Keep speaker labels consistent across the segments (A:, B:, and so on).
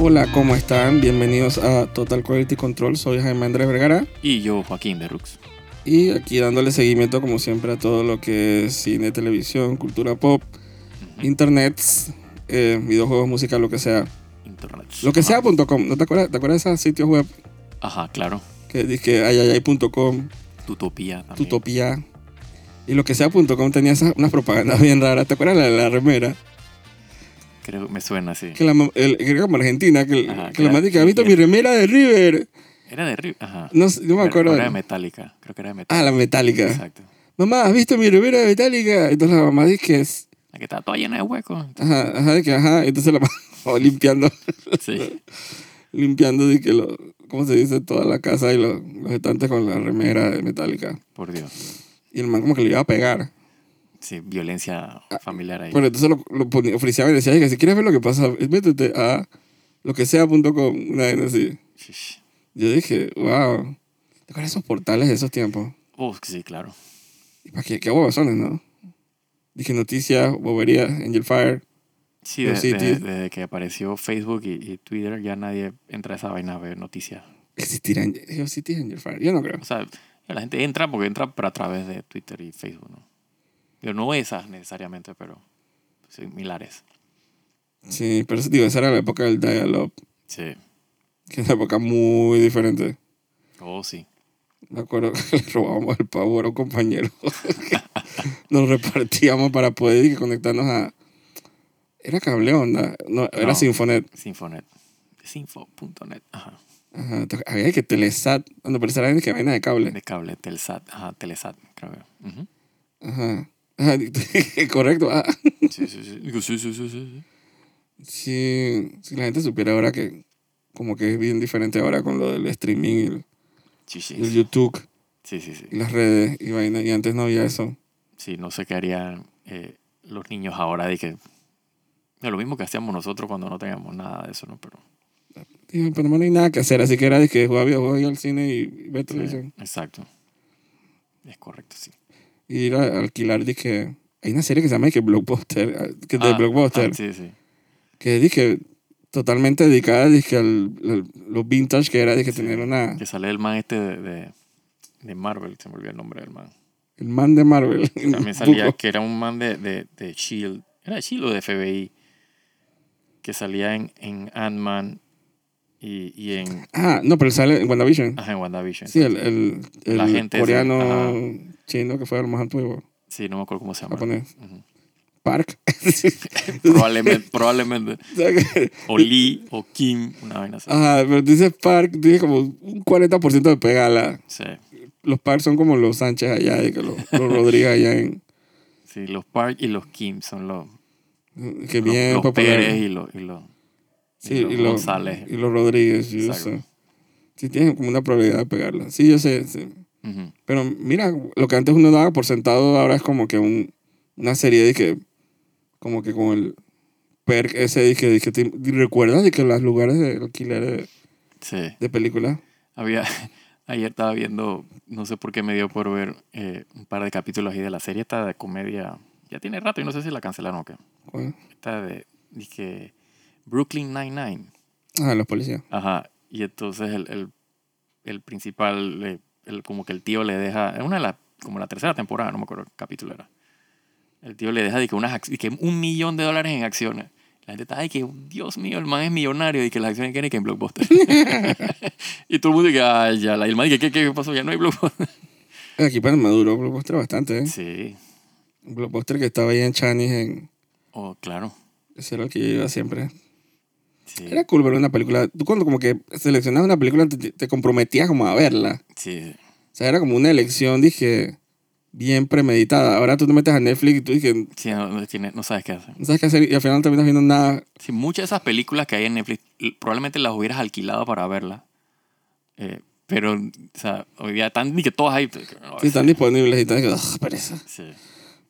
A: Hola, ¿cómo están? Bienvenidos a Total Quality Control. Soy Jaime Andrés Vergara
B: Y yo, Joaquín Berrux.
A: y aquí dándole seguimiento como siempre a todo lo que es cine, televisión, cultura pop, internet, eh, videojuegos, música, lo que sea.
B: Internet.
A: Lo que
B: Ajá.
A: sea.com. ¿No te acuerdas? ¿Te acuerdas de esos sitios web
B: Ajá, claro.
A: que dije ayayay.com,
B: Tutopía también.
A: Tutopía? Y lo que sea.com tenía esas, unas propagandas bien raras. ¿Te acuerdas la de la remera?
B: Creo que me suena así.
A: Que la ma- el- que era como argentina, que, el-
B: Ajá,
A: que la
B: claro.
A: madre que ha visto mi remera de River.
B: Era de River. Ajá.
A: No, sé, no me
B: Era-
A: acuerdo.
B: Era de Metallica. Creo que era de
A: Ah,
B: Metallica.
A: la metálica.
B: Exacto.
A: Mamá, ¿has visto mi remera de metálica? Entonces la mamá dice que es.
B: La que estaba toda llena de huecos.
A: Ajá, ajá, de que ajá. Entonces la mamá o limpiando,
B: Sí.
A: limpiando, de que lo. ¿Cómo se dice? Toda la casa y lo- los estantes con la remera de metálica.
B: Por Dios.
A: Y el man como que le iba a pegar.
B: Sí, violencia
A: Ah,
B: familiar ahí.
A: Pero entonces lo, lo ponía- ofreciaba y decía, "Oye, que si quieres ver lo que pasa, métete a lo que sea.com. Una vez así.
B: Shish.
A: Yo dije, wow. ¿Te acuerdas de esos portales de esos tiempos?
B: Oh, sí, claro.
A: ¿Y para qué? ¿Qué bobazones, no? Dije noticias, boberías, Angel Fire.
B: Sí,
A: Pero
B: de-
A: sí,
B: de-
A: tío.
B: desde que apareció Facebook y, y Twitter ya nadie entra a esa vaina a ver noticias.
A: ¿Existirán? Yo sí tiene Angel Fire. Yo no creo.
B: O sea, la gente entra porque entra pero a través de Twitter y Facebook, ¿no? Yo no esas necesariamente, pero pues, similares.
A: Sí, pero eso, digo, esa era la época del dial-up,
B: Sí.
A: que es una época muy diferente.
B: Oh, sí.
A: Me acuerdo que le robábamos el power a un compañero. Nos repartíamos para poder y que conectarnos a... Era cable onda, no, era
B: No.
A: Sinfonet.
B: Sinfonet. Sinfo.net. Ajá.
A: Ajá, to- había que Telesat, cuando parecía la gente que vaina de cable.
B: De cable. Telsat. Ajá. Telesat. Creo que. Ujú.
A: Ajá. Ajá, correcto. ah.
B: Sí, sí, sí. Digo, sí, sí, sí, sí, sí.
A: Sí, si la gente supiera ahora que como que es bien diferente ahora con lo del streaming y el,
B: Sí, sí,
A: y el
B: sí.
A: YouTube
B: Sí, sí, sí.
A: y las redes y vaina, y antes no había eso.
B: Sí, no sé qué harían eh, los niños ahora de que. no, lo mismo que hacíamos nosotros cuando no teníamos nada de eso, ¿no? Pero.
A: Y en Panamá no hay nada que hacer, así que era de que jugaba videojuegos, ir al cine y ver
B: sí,
A: televisión.
B: exacto. Es correcto, sí.
A: Y ir a alquilar, dije, hay una serie que se llama que Blockbuster, ah, que de
B: Ah,
A: Blockbuster,
B: ah, sí, sí.
A: que dije totalmente dedicada dije al, al- lo vintage que era, dije
B: Sí.
A: tener una
B: Que sale el man este de, de, de Marvel, se me olvidó el nombre del man.
A: el man de Marvel.
B: También salía que era un man de, de, de Shield. ¿Era de Shield o de FBI? Que salía en, en Ant-Man y, y en,
A: Ah, no, pero sale en WandaVision.
B: ajá, en WandaVision.
A: Sí, el, el,
B: Ah, La
A: el
B: gente, sí,
A: coreano
B: ajá. Ah,
A: chino que fue el más antiguo,
B: Sí, no me acuerdo cómo se llama.
A: japonés.
B: Ujú.
A: Park.
B: Probablemente, probablemente.
A: O sea que-
B: O Lee o Kim, una vaina así.
A: Ajá, pero tú dices Park, tú dices como un 40% de pegala.
B: Sí,
A: Los Park son como los Sánchez allá, y que los, los Rodríguez allá en.
B: sí, los Park y los Kim son los,
A: Que
B: los,
A: bien
B: los Pérez
A: populares.
B: y los, y los,
A: Sí,
B: y los
A: y los,
B: González.
A: y los Rodríguez, yo
B: Exacto.
A: sé. Sí, tienen como una probabilidad de pegarla. Sí, yo sé, sí.
B: Ujú.
A: Pero mira, lo que antes uno daba por sentado, ahora es como que un, una serie de que, como que con el perk ese, de que, de que te- ¿recuerdas de que los lugares de alquiler de,
B: Sí.
A: de películas?
B: Había, ayer estaba viendo, no sé por qué me dio por ver eh, un par de capítulos ahí de la serie esta de comedia. Ya tiene rato y no sé si la cancelaron o qué.
A: ¿Cuál?
B: Esta de, dije, Brooklyn Nine-Nine.
A: Ah, los policías.
B: Ajá. Y entonces el, el, el principal, le- el, como que el tío le deja, en una de las, como la tercera temporada, no me acuerdo qué capítulo era. El tío le deja, dije, unas, ac- dije, un millón de dólares en acciones. La gente está, ay, que Dios mío, el man es millonario y que las acciones quieren que en Blockbuster. y todo el mundo dice, ay, ya, la, y el man dice, ¿qué, qué pasó? Ya no hay Blockbuster.
A: Aquí para Maduro, Blockbuster bastante, ¿eh?
B: Sí,
A: Blockbuster que estaba ahí en Chanis, en,
B: oh, claro.
A: ese era el que yo iba siempre.
B: Sí,
A: Era cool ver una película. Tú cuando como que seleccionabas una película, te, te comprometías como a verla.
B: sí,
A: O sea, era como una elección, dije, bien premeditada. Ahora tú te metes a Netflix y tú dije,
B: sí, no, no tiene- no sabes qué hacer.
A: no sabes qué hacer y al final no terminas viendo nada
B: Sí, muchas de esas películas que hay en Netflix l- probablemente las hubieras alquilado para verlas. Eh, pero, o sea, hoy día están ni que todas hay.
A: Sí, están disponibles y están que, "Ugh, pereza.
B: Sí.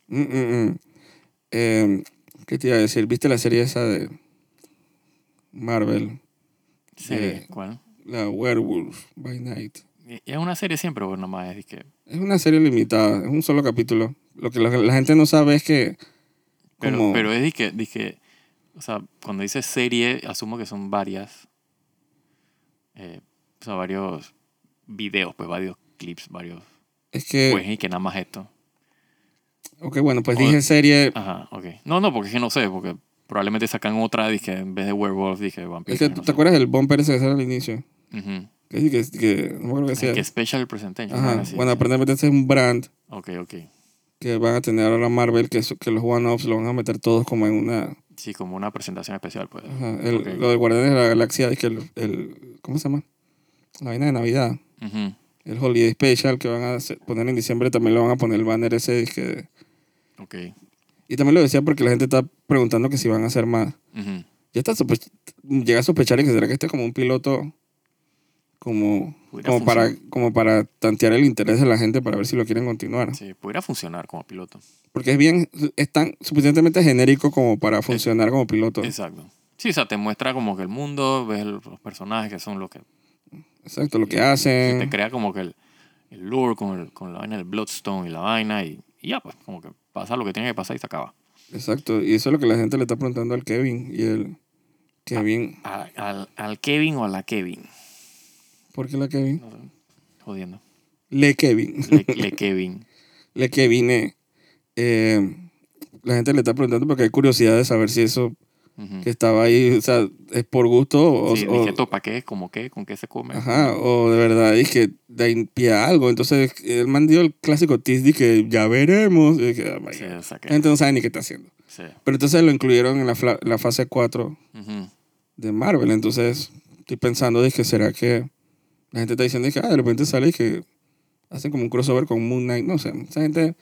A: Mm, mm, mm. Eh, ¿Qué te iba a decir? ¿Viste la serie esa de Marvel?
B: Sí,
A: Eh.
B: ¿cuál?
A: La Werewolf by Night.
B: Y- y Es una serie siempre, bueno, nomás es que.
A: Es una serie limitada, es un solo capítulo. Lo que la, la gente no sabe es que
B: Pero,
A: Como-
B: pero es de que, de que, o sea, cuando dice serie, asumo que son varias. eh, o sea, varios videos, pues varios clips, varios.
A: Es que,
B: Pues, y que nada más esto.
A: ok, bueno, pues
B: o-
A: dije serie.
B: Ajá, ok. No, no, porque es que no sé, porque probablemente sacan otra, dije, en vez de werewolf, dije vampiro.
A: Es que, ¿Te acuerdas del bumper ese que sale al inicio? Que sí, que, que no me acuerdo que sea.
B: que special presentation.
A: Ajá.
B: algo así.
A: Bueno, aparentemente ese es un brand
B: Ok, ok.
A: que van a tener ahora Marvel, que, eso- que los one-offs lo van a meter todos como en una...
B: Sí, como una presentación especial, pues.
A: Ajá, el-
B: Ok.
A: Lo de Guardianes de la Galaxia, es que el, el- ¿Cómo se llama? La vaina de Navidad.
B: Ujú.
A: El Holiday Special que van a hacer- poner en diciembre también lo van a poner el banner ese. disque de-
B: Ok.
A: Y también lo decía porque la gente está preguntando que si van a hacer más.
B: Ujú.
A: Ya está sospe- llega a sospechar que será que este es como un piloto como,
B: Pudiera
A: como, para,
B: funcionar.
A: como para tantear el interés de la gente para ver si lo quieren continuar.
B: Sí, pudiera funcionar como piloto.
A: Porque es bien, es tan suficientemente genérico como para funcionar como piloto.
B: Exacto. Sí, o sea, te muestra como que el mundo, ves el- los personajes que son los que
A: Exacto, lo que
B: se te
A: hacen.
B: crea como que el, el lore con, el- con la vaina del Bloodstone y la vaina y, y ya, pues como que pasa lo que tiene que pasar y se acaba.
A: Exacto, y eso es lo que la gente le está preguntando al Kevin. Y el Kevin,
B: A- al, al Kevin o a la Kevin.
A: ¿por qué la Kevin?
B: No sé, jodiendo.
A: Le Kevin.
B: Le, le Kevin.
A: Le Kevin, eh, eh, la gente le está preguntando porque hay curiosidad de saber si eso
B: Ujú.
A: que estaba ahí, o sea, es por gusto o,
B: Sí,
A: o-
B: dije, ¿topa qué? ¿Cómo qué? ¿Con qué se come?
A: Ajá, o de verdad, dije, da pie a algo. Entonces, el man dio el clásico tease, dije, ya veremos. Y dije, "Ah,
B: Sí,
A: vaya".
B: o sea, que-
A: La gente no sabe ni qué está haciendo.
B: sí.
A: Pero entonces lo incluyeron en la, fla- la fase 4
B: Ujú.
A: de Marvel. Entonces, estoy pensando, dije, ¿será que la gente está diciendo, dije, ah, de repente sale y que hacen como un crossover con Moon Knight? No sé, esa gente,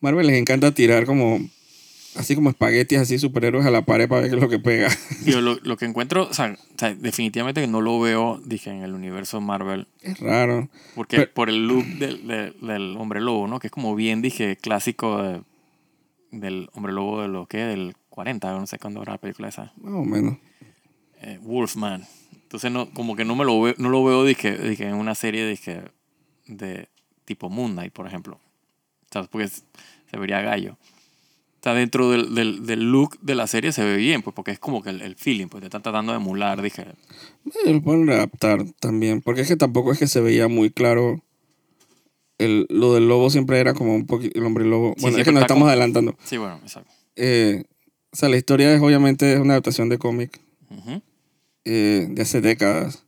A: Marvel les encanta tirar como, así como espaguetis, así superhéroes a la pared para ver qué es lo que pega.
B: Yo lo, lo que encuentro, o sea, o sea, definitivamente que no lo veo, dije, en el universo Marvel.
A: es raro.
B: Porque
A: Pero-
B: por el look del, del- del hombre lobo, ¿no? Que es como bien, dije, clásico de- del hombre lobo de lo que, del 40, no sé cuándo era la película esa.
A: Más o menos.
B: eh, Wolfman. Entonces, no, como que no me lo veo, no lo veo dije, dije, en una serie dije, de tipo Moon Knight, por ejemplo. ¿Sabes? Porque es- se vería gallo. O sea, dentro del, del, del look de la serie se ve bien, pues porque es como que el, el feeling, pues te están tratando de emular, dije.
A: Eh, lo pueden adaptar también, porque es que tampoco es que se veía muy claro. El, lo del lobo siempre era como un poquito, el hombre lobo. bueno,
B: Sí,
A: es
B: siempre
A: que nos
B: está
A: estamos
B: como-
A: adelantando.
B: Sí, bueno, exacto.
A: Eh, o sea, la historia es obviamente es una adaptación de cómic
B: Ujú.
A: eh, de hace décadas.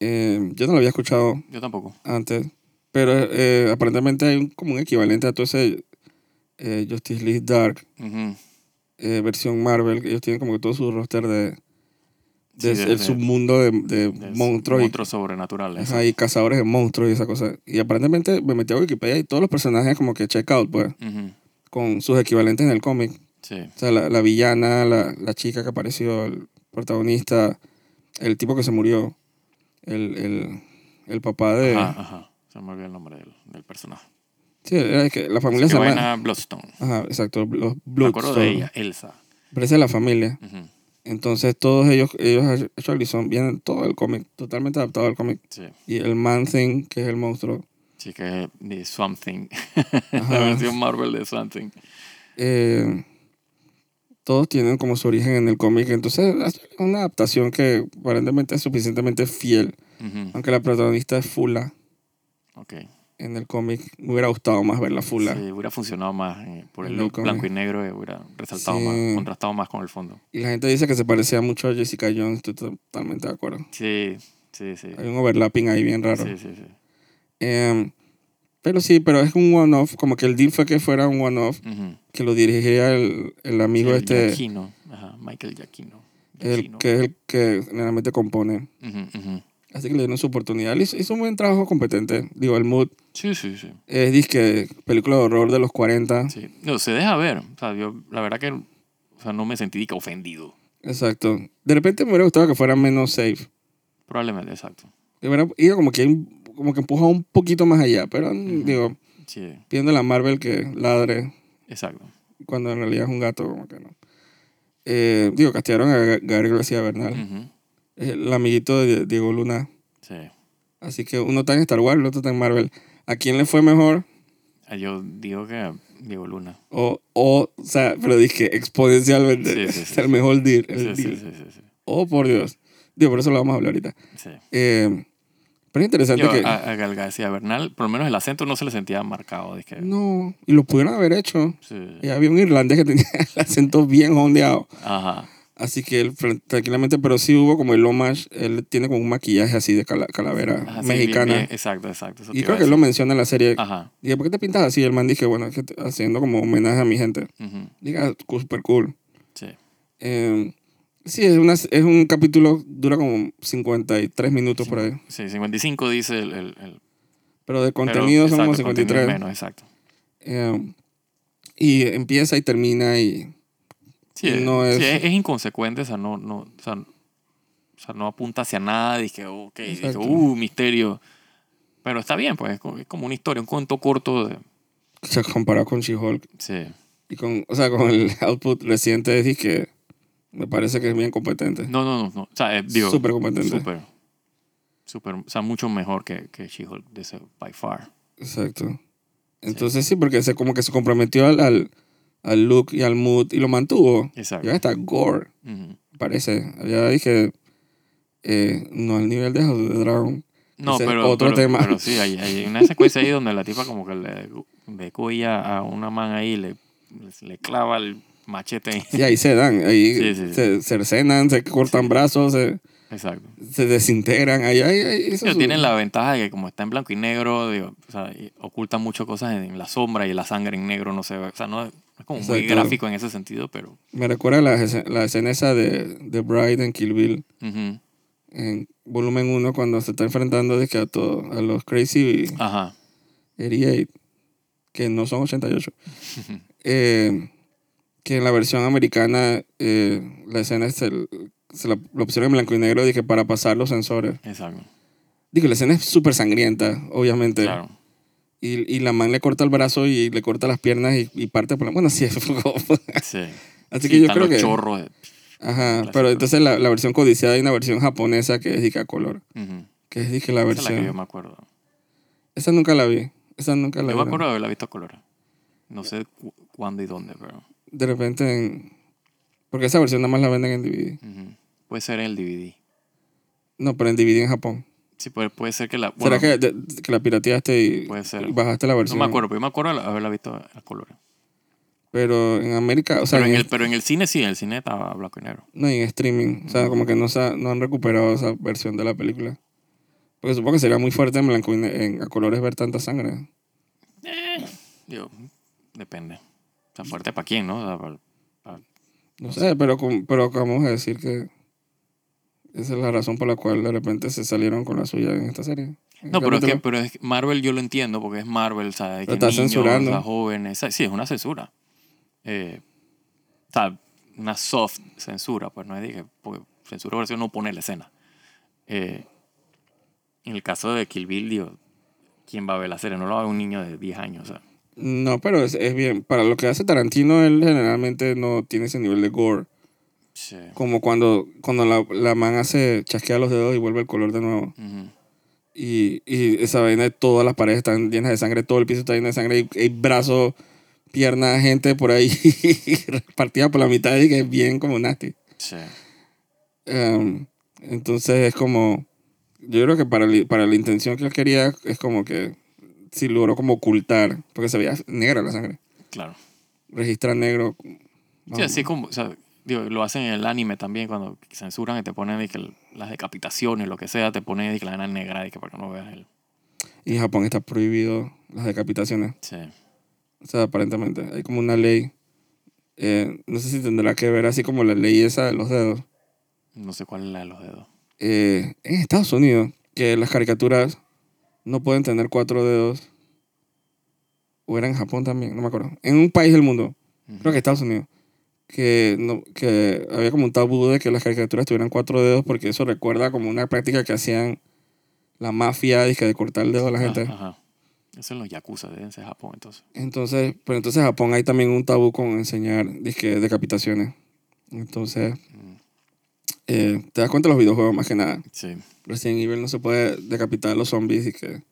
A: Eh, yo no lo había escuchado
B: Yo tampoco.
A: antes, pero eh, aparentemente hay un- como un equivalente a todo ese eh, Justice League Dark
B: Ujú.
A: eh, versión Marvel, que ellos tienen como que todo su roster de,
B: Sí,
A: de-
B: de-
A: el
B: de-
A: submundo de, de
B: de
A: monstruos y
B: Monstruos sobrenaturales.
A: Ajá, y cazadores de monstruos y esa cosa. Y aparentemente me metí a Wikipedia y todos los personajes como que check out, pues,
B: Ujú.
A: con sus equivalentes en el cómic.
B: Sí.
A: O sea, la, la villana, la, la chica que apareció, el protagonista, el tipo que se murió, el, el, el papá de...
B: Ajá, ajá. Se me olvidó el nombre del, del personaje.
A: Sí, era que la familia
B: Que
A: se llama...
B: vaina Bloodstone.
A: Ajá, exacto, los
B: Me acuerdo de
A: Bloodstone.
B: ella, Elsa.
A: Pero esa es la familia.
B: Ujú.
A: eh,
B: eh,
A: eh. Em, este Eh,
B: Ah, Diego Luna.
A: O, o, o sea, pero dije exponencialmente.
B: Sí, sí,
A: es
B: sí,
A: el mejor deal. el
B: Sí, sí,
A: deal.
B: sí, sí, sí.
A: Oh, por Dios. Digo, por eso lo vamos a hablar ahorita.
B: sí.
A: Eh, pero es interesante
B: Yo, ah,
A: que...
B: a, a Gal García Bernal, por lo menos el acento no se le sentía marcado. Dizque,
A: No, Eh, y lo pudieron haber hecho.
B: sí.
A: Y había un irlandés que tenía el acento bien hondeado.
B: Ajá.
A: Así que él, fran- tranquilamente, pero sí hubo como el homage, él tiene como un maquillaje así de cala- calavera
B: Ajá, sí, bien,
A: mexicana.
B: bien, exacto, exacto. eso te
A: Y
B: iba
A: creo
B: a
A: que él
B: decir. Ah.
A: lo menciona en la serie.
B: Ajá.
A: Dije, ¿por qué te pintas así? El man dije, bueno, es que te- haciendo como homenaje a mi gente.
B: ujú,
A: Diga, cu- super cool.
B: Sí.
A: Eh, sí, es, una, es un capítulo, dura como 53 minutos por ahí.
B: Sí, 55 dice el. el, el
A: Pero de
B: pero,
A: contenido son como
B: exacto, contenido
A: 53.
B: menos, exacto.
A: Eh, y empieza y termina y...
B: Sí, es,
A: No es-
B: sí, es- es inconsecuente, o sea, no, no, o sea, o sea, no apunta hacia nada. Dije, ok, dije,
A: Exacto.
B: uh, misterio. Pero está bien, pues, es como, es como una historia, un cuento corto. De,
A: O sea, comparado con She-Hulk
B: sí,
A: y con... O sea, con el output reciente, dije que me parece que es bien competente.
B: No, no, no, no. O sea, eh, digo,
A: Súper competente.
B: Súper. Súper. O sea, mucho mejor que, que She-Hulk de ese, by far.
A: Exacto. Entonces sí, porque se, como que se comprometió al, al, al look y al mood y lo mantuvo.
B: Exacto.
A: Ya está gore,
B: Ujú.
A: parece. Ya dije, eh, no al nivel de House of the Dragon.
B: No,
A: Ese es
B: pero,
A: otro
B: pero-
A: tema.
B: pero sí, hay, hay una secuencia ahí donde la tipa como que le decoya a una man ahí, le, le clava el machete ahí.
A: Y ahí se dan, ahí
B: Sí, sí, sí.
A: se cercenan, se cortan
B: Sí.
A: brazos, se,
B: Exacto.
A: se desintegran. Ahí, ahí, ahí, eso es
B: Pero
A: un-
B: tienen la ventaja de que como está en blanco y negro, digo, o sea, y ocultan muchas cosas en, en la sombra y la sangre en negro no se ve. O sea, no es es como muy
A: Exacto.
B: gráfico en ese sentido, pero...
A: Me recuerda la, escena- la escena esa de, de Bride en Kill Bill,
B: ujú.
A: en volumen 1, cuando se está enfrentando dizque, a, todo- a los Crazy
B: Ajá.
A: 88, que no son 88. Eh, que en la versión americana eh, la escena es el- se la, la pusieron en blanco y negro dije, para pasar los sensores.
B: Exacto.
A: Digo, la escena es súper sangrienta, obviamente.
B: Claro.
A: Y, y la man le corta el brazo y le corta las piernas y, y parte por la... Bueno, sí, es
B: Sí.
A: Así
B: Sí,
A: que yo
B: están
A: creo
B: los
A: que...
B: chorros de-
A: Ajá,
B: Clásico.
A: pero entonces la, la versión codiciada hay una versión japonesa que es dije a color.
B: Ujú.
A: Que es dije la
B: Esa es la que yo
A: versión...
B: me acuerdo.
A: Esa nunca la vi. Esa nunca la
B: Yo
A: vi.
B: me acuerdo de haberla visto colorada. No sé cu- cuándo y dónde, pero.
A: De repente en... Porque esa versión nada más la venden en DVD.
B: ujú. Puede ser en el DVD.
A: No, pero en DVD en Japón.
B: Sí, puede, puede ser que la. bueno,
A: ¿Será que, de- que la pirateaste y,
B: Puede ser.
A: y bajaste la
B: No
A: versión?
B: me acuerdo, pero yo me acuerdo de haberla visto a colores.
A: Pero en América, o sea,
B: Pero en,
A: en-
B: el, pero en el cine sí, en el cine estaba blanco y negro.
A: no, y en streaming. O sea, como que no, se ha- no han recuperado esa versión de la película. Porque supongo que sería muy fuerte en blanco y ne- en, a colores ver tanta sangre.
B: Eh, digo, depende. O sea, fuerte para quién, ¿no? O sea, para-
A: No sé, pero, com- pero acabamos de decir que esa es la razón por la cual de repente se salieron con la suya en esta serie.
B: No, pero es, que,
A: Realmente
B: pero es que Marvel yo lo entiendo porque es Marvel, o sea, de
A: Pero está
B: que niños,
A: censurando.
B: o sea, jóvenes, o sea, sí, es una censura. Eh, o sea, una soft censura, pues no es de que- porque censura versión no pone la escena. Eh, en el caso de Kill Bill, digo, ¿quién va a ver la serie? No lo va a ver un niño de 10 años, o sea.
A: No, pero es, es bien. Para lo que hace Tarantino, él generalmente no tiene ese nivel de gore.
B: Sí.
A: Como cuando, cuando la, la man hace chasquea los dedos y vuelve el color de nuevo.
B: Ujú.
A: Y, y esa vaina, de todas las paredes están llenas de sangre, todo el piso está lleno de sangre, y, hay brazos, piernas, gente por ahí repartida por la mitad y que es bien como nasty.
B: Sí.
A: Em, entonces es como, yo creo que para, li- para la intención que él quería es como que si logró como ocultar, porque se veía negra la sangre,
B: claro.
A: registra negro.
B: Sí,
A: Ah.
B: así como, o sea, digo, lo hacen en el anime también cuando censuran y te ponen de que el- las decapitaciones, lo que sea, te ponen de que la nena negra y que para que no veas el...
A: Y en Japón está prohibido las decapitaciones.
B: Sí.
A: O sea, aparentemente hay como una ley. eh, no sé si tendrá que ver así como la ley esa de los dedos.
B: No sé cuál es la de los dedos.
A: eh, en Estados Unidos, que las caricaturas no pueden tener cuatro dedos. O era en Japón también, no me acuerdo. En un país del mundo, creo que Estados Unidos, que, no, que había como un tabú de que las caricaturas tuvieran cuatro dedos porque eso recuerda como una práctica que hacían la mafia dizque, de cortar el dedo a la gente.
B: Ah, Ajá, ajá. Eso es los yakuza, deben ser Japón entonces.
A: Entonces, pero entonces en Japón hay también un tabú con enseñar dizque, decapitaciones. Entonces,
B: Mm,
A: eh, te das cuenta de los videojuegos más que nada.
B: Sí.
A: Resident Evil no se puede decapitar a los zombies y que...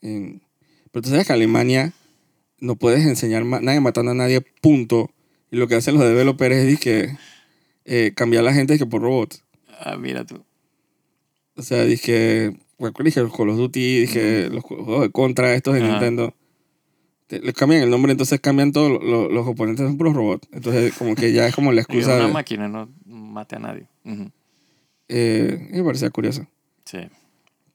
A: en- Pero tú sabes que Alemania no puedes enseñar ma- nadie matando a nadie, punto. Y lo que hacen los developers es dizque, eh, cambiar a la gente que por robots.
B: Ah, mira tú.
A: O sea, dije, bueno, ¿cuál dije? Los Call of Duty, dije, los juegos de contra, estos de
B: Ajá.
A: Nintendo. Te- Les cambian el nombre, entonces cambian todos lo- lo- los oponentes, son puros robots. Entonces, como que ya es como la
B: Es
A: excusa.
B: una
A: de-
B: máquina, no mate a nadie. Ujú.
A: eh, me parecía curioso.
B: Sí.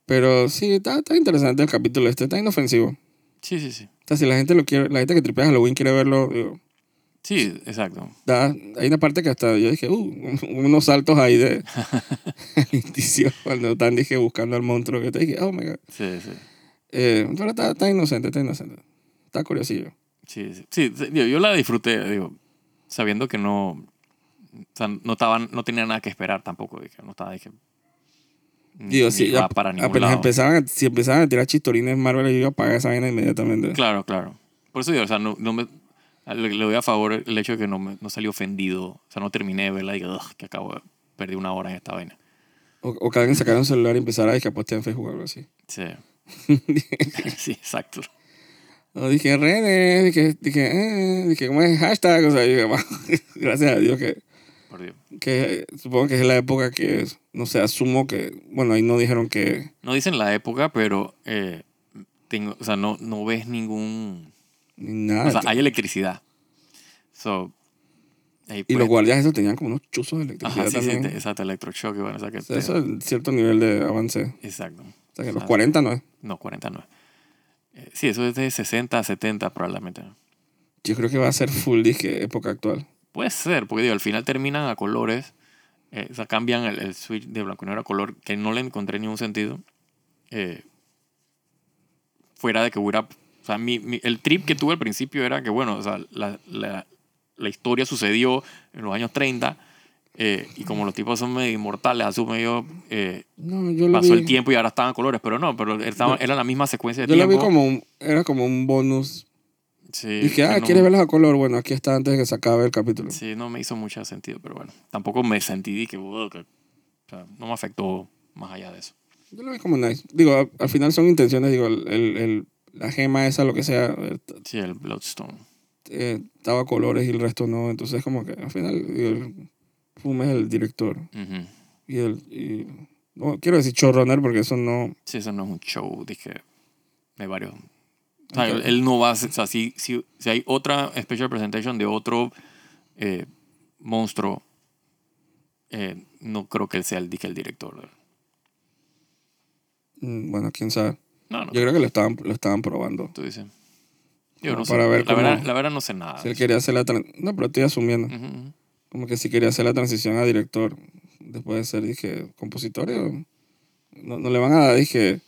A: Pero sí, está, está interesante el capítulo este, está inofensivo. O
B: Sí, sí, sí.
A: sea, si la gente lo quiere, la gente que tripea Halloween quiere verlo, digo,
B: Sí, exacto.
A: da- hay una parte que hasta yo dije, uh, unos saltos ahí de al inicio, cuando están, dije, buscando al monstruo, que te dije, oh my god.
B: Sí, sí.
A: Eh, pero está, está inocente, está inocente. Está curiosillo.
B: Sí, sí. Sí, sí, digo, yo la disfruté, digo, sabiendo que no. o sea, no, estaba, no tenía nada que esperar tampoco. Dije, no estaba, dije. ni-
A: Digo,
B: Mm, ni
A: sí,
B: iba
A: ap-
B: para ningún
A: apenas
B: lado.
A: empezaban, a- si empezaban a tirar chistorines Marvel, yo iba a pagar esa vaina inmediatamente.
B: Claro, claro. Por eso digo, o sea, no, no me. Le, le doy a favor el hecho de que no, me, no salí ofendido. O sea, no terminé de verla y dije, "Ugh, que acabo de perder una hora en esta vaina.
A: O, o que alguien sacara un celular y empezara a, dizque, a postear en Facebook o algo así.
B: Sí. sí, exacto.
A: No, dije redes, dije, dije, eh, dije, ¿cómo es? Hashtag, o sea, yo, gracias a Dios que,
B: Por Dios.
A: que supongo que es la época que, no sé, asumo que, bueno, ahí no dijeron que,
B: No dicen la época, pero. eh, tengo, o sea, no, no ves ningún.
A: ni nada.
B: O sea, hay electricidad. So, ahí
A: y
B: puedes-
A: los guardias esos tenían como unos chuzos de electricidad
B: Ajá, sí, sí,
A: también.
B: te- este, exacto, electroshock. y Bueno, o sea que
A: O sea,
B: te-
A: eso es cierto nivel de avance. O
B: exacto.
A: sea, que los
B: Ah.
A: 40 no es.
B: No, 49. Eh, sí, eso es de 60 a 70 probablemente.
A: Yo creo que va a ser full, dije, época actual.
B: Puede ser, porque digo, al final terminan a colores. eh, o sea, cambian el, el switch de blanco y negro a color, que no le encontré ningún sentido. Eh, fuera de que hubiera... O sea, mi- mi- el trip que tuve al principio era que, bueno, o sea, la, la- la historia sucedió en los años 30 eh, y como los tipos son medio inmortales, asume yo... eh,
A: No, yo lo
B: pasó
A: vi.
B: el tiempo y ahora estaban colores, pero no, pero estaban, era la misma secuencia de
A: Yo lo
B: tiempo.
A: vi como un, era como un bonus.
B: Sí,
A: dije, ah,
B: que no-
A: ¿quieres verlos a color? Bueno, aquí está antes de que se acabe el capítulo.
B: Sí, no me hizo mucho sentido, pero bueno, tampoco me sentí de que, "Wow", que- o sea, no me afectó más allá de eso.
A: Yo lo vi como nice. Digo, a- al final son intenciones, digo, el, el- el- la gema esa, lo que sea, eh, t-
B: Sí, el Bloodstone.
A: eh, estaba a colores y el resto no. Entonces, como que al final, digo, el Fume es el director.
B: Ujú.
A: Y el. y- no, quiero decir showrunner porque eso no.
B: Sí, eso no es un show, dije, de varios. O sea,
A: Ok.
B: él, él no va a hacer- o sea, si, si, si hay otra special presentation de otro eh, monstruo, eh, no creo que él sea el, dije, el director.
A: mm, Bueno, quién sabe.
B: No, no,
A: Yo creo que lo estaban, lo estaban probando.
B: tú dices. Yo
A: Como
B: no sé.
A: para ver
B: la, verdad,
A: cómo-
B: la verdad no sé nada.
A: Si
B: de
A: él
B: eso.
A: quería hacer la. tran- No, pero estoy asumiendo.
B: Ujú, ujú.
A: como que si quería hacer la transición a director después de ser, dije, compositor, yo- no, no le van a dar, dije,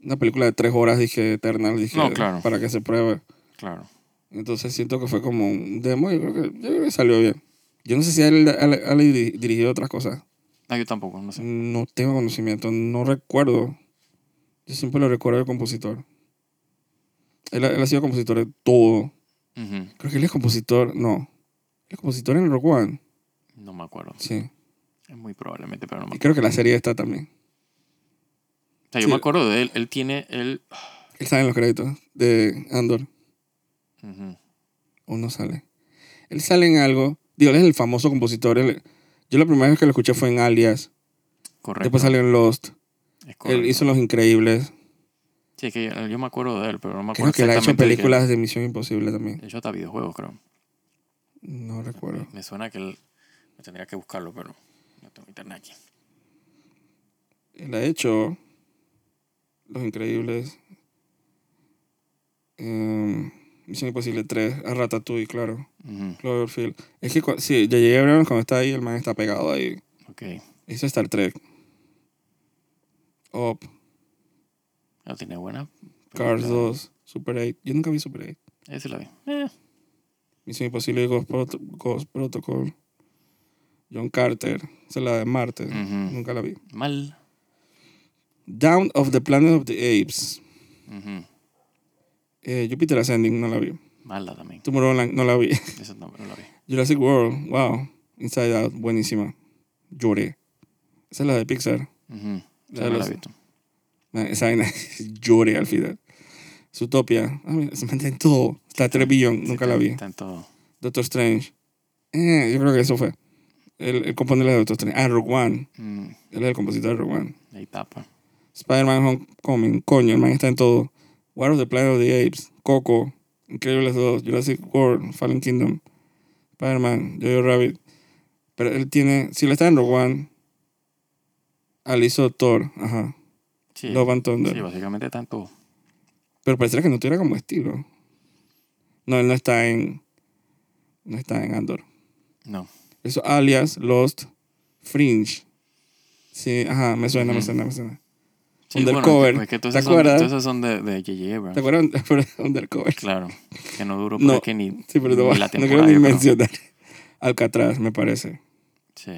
A: una película de tres horas, dije, Eternal, dije,
B: No, claro.
A: para que se pruebe.
B: Claro.
A: Entonces siento que fue como un demo y creo que, yo creo que salió bien. Yo no sé si él, él- él diri- dirigió otras cosas.
B: No, yo tampoco, no sé.
A: No tengo conocimiento, no recuerdo. Yo siempre lo recuerdo de compositor. Él, ha- él ha sido compositor de todo.
B: Ujú.
A: Creo que él es compositor, no. Él es compositor en Rock One.
B: No me acuerdo.
A: Sí.
B: Es muy probablemente, pero
A: Y
B: no me acuerdo.
A: creo que la serie está también.
B: O sea, yo
A: sí.
B: me acuerdo de él. Él tiene el...
A: Él sale en los créditos de Andor.
B: Ujú.
A: O no sale. Él sale en algo. Digo, él es el famoso compositor. él- yo la primera vez que lo escuché fue en Alias.
B: Correcto.
A: Después salió en Lost.
B: es correcto.
A: Él hizo Los Increíbles.
B: Sí, que yo, yo me acuerdo de él, pero no me
A: Creo
B: acuerdo
A: que él ha hecho
B: exactamente de
A: películas de Misión Imposible también.
B: que- Yo hasta videojuegos, creo.
A: No recuerdo.
B: Me suena que él... Me tendría que buscarlo, pero no tengo internet aquí.
A: Él ha hecho Los Increíbles. em, Misión Imposible 3. A Ratatouille, claro.
B: Ujú.
A: Cloverfield. Es que cua- sí, ya llegué cuando está ahí, el man está pegado ahí.
B: Ok.
A: Hizo Star Trek. Up.
B: No, tiene buena...
A: Cars
B: película.
A: 2, Super 8. Yo nunca vi Super 8.
B: Ahí sí la vi. Eh,
A: Misión Imposible, Ghost, Proto- Ghost Protocol. John Carter. Esa es la de Marte.
B: Ujú.
A: Nunca la vi.
B: mal.
A: Down of the Planet of the Apes.
B: Ujú.
A: Eh, Jupiter Ascending, no la vi.
B: Mala también.
A: Tomorrowland, no la vi.
B: Eso no, no la vi.
A: Jurassic World, wow. Inside Out, buenísima. Lloré. Esa es la de Pixar.
B: Ujú.
A: Ya
B: Esa no
A: lo
B: la he
A: sé.
B: visto.
A: Man, Esa vaina, lloré al final. Zootopia. Ah, mira, se mantiene en todo. Está tres billón, nunca la vi.
B: Está en todo.
A: Doctor Strange. Eh, yo creo que eso fue. El, el compone la de Doctor Strange. Ah, Rogue One.
B: Mm,
A: Él es el compositor de Rogue One.
B: ahí tapa.
A: Spider-Man Homecoming. Coño, el man está en todo. War of the Planet of the Apes. Coco. Increíbles 2. Jurassic World. Fallen Kingdom. Spider-Man. Jojo Rabbit. Pero él tiene... Si le está en Rogue One... Él hizo Thor. Ajá.
B: Sí,
A: Love and Thunder.
B: sí, básicamente está en todo.
A: Pero pareciera que no tuviera como estilo. No, él no está en. No está en Andor.
B: No.
A: Eso, alias, Lost, Fringe. Sí, ajá, me suena, me
B: Ujú.
A: suena, me suena.
B: Sí,
A: Undercover.
B: Bueno, es que todos
A: ¿Te
B: esos son,
A: acuerdas?
B: todos esos son de, de J.J. Abrams.
A: ¿Te acuerdas? Pero, Undercover.
B: Claro. Que no duró
A: No.
B: porque que ni,
A: Sí, pero no,
B: ni la
A: no quiero
B: temporada.
A: ni
B: yo creo.
A: mencionar. Alcatraz, me parece.
B: Sí.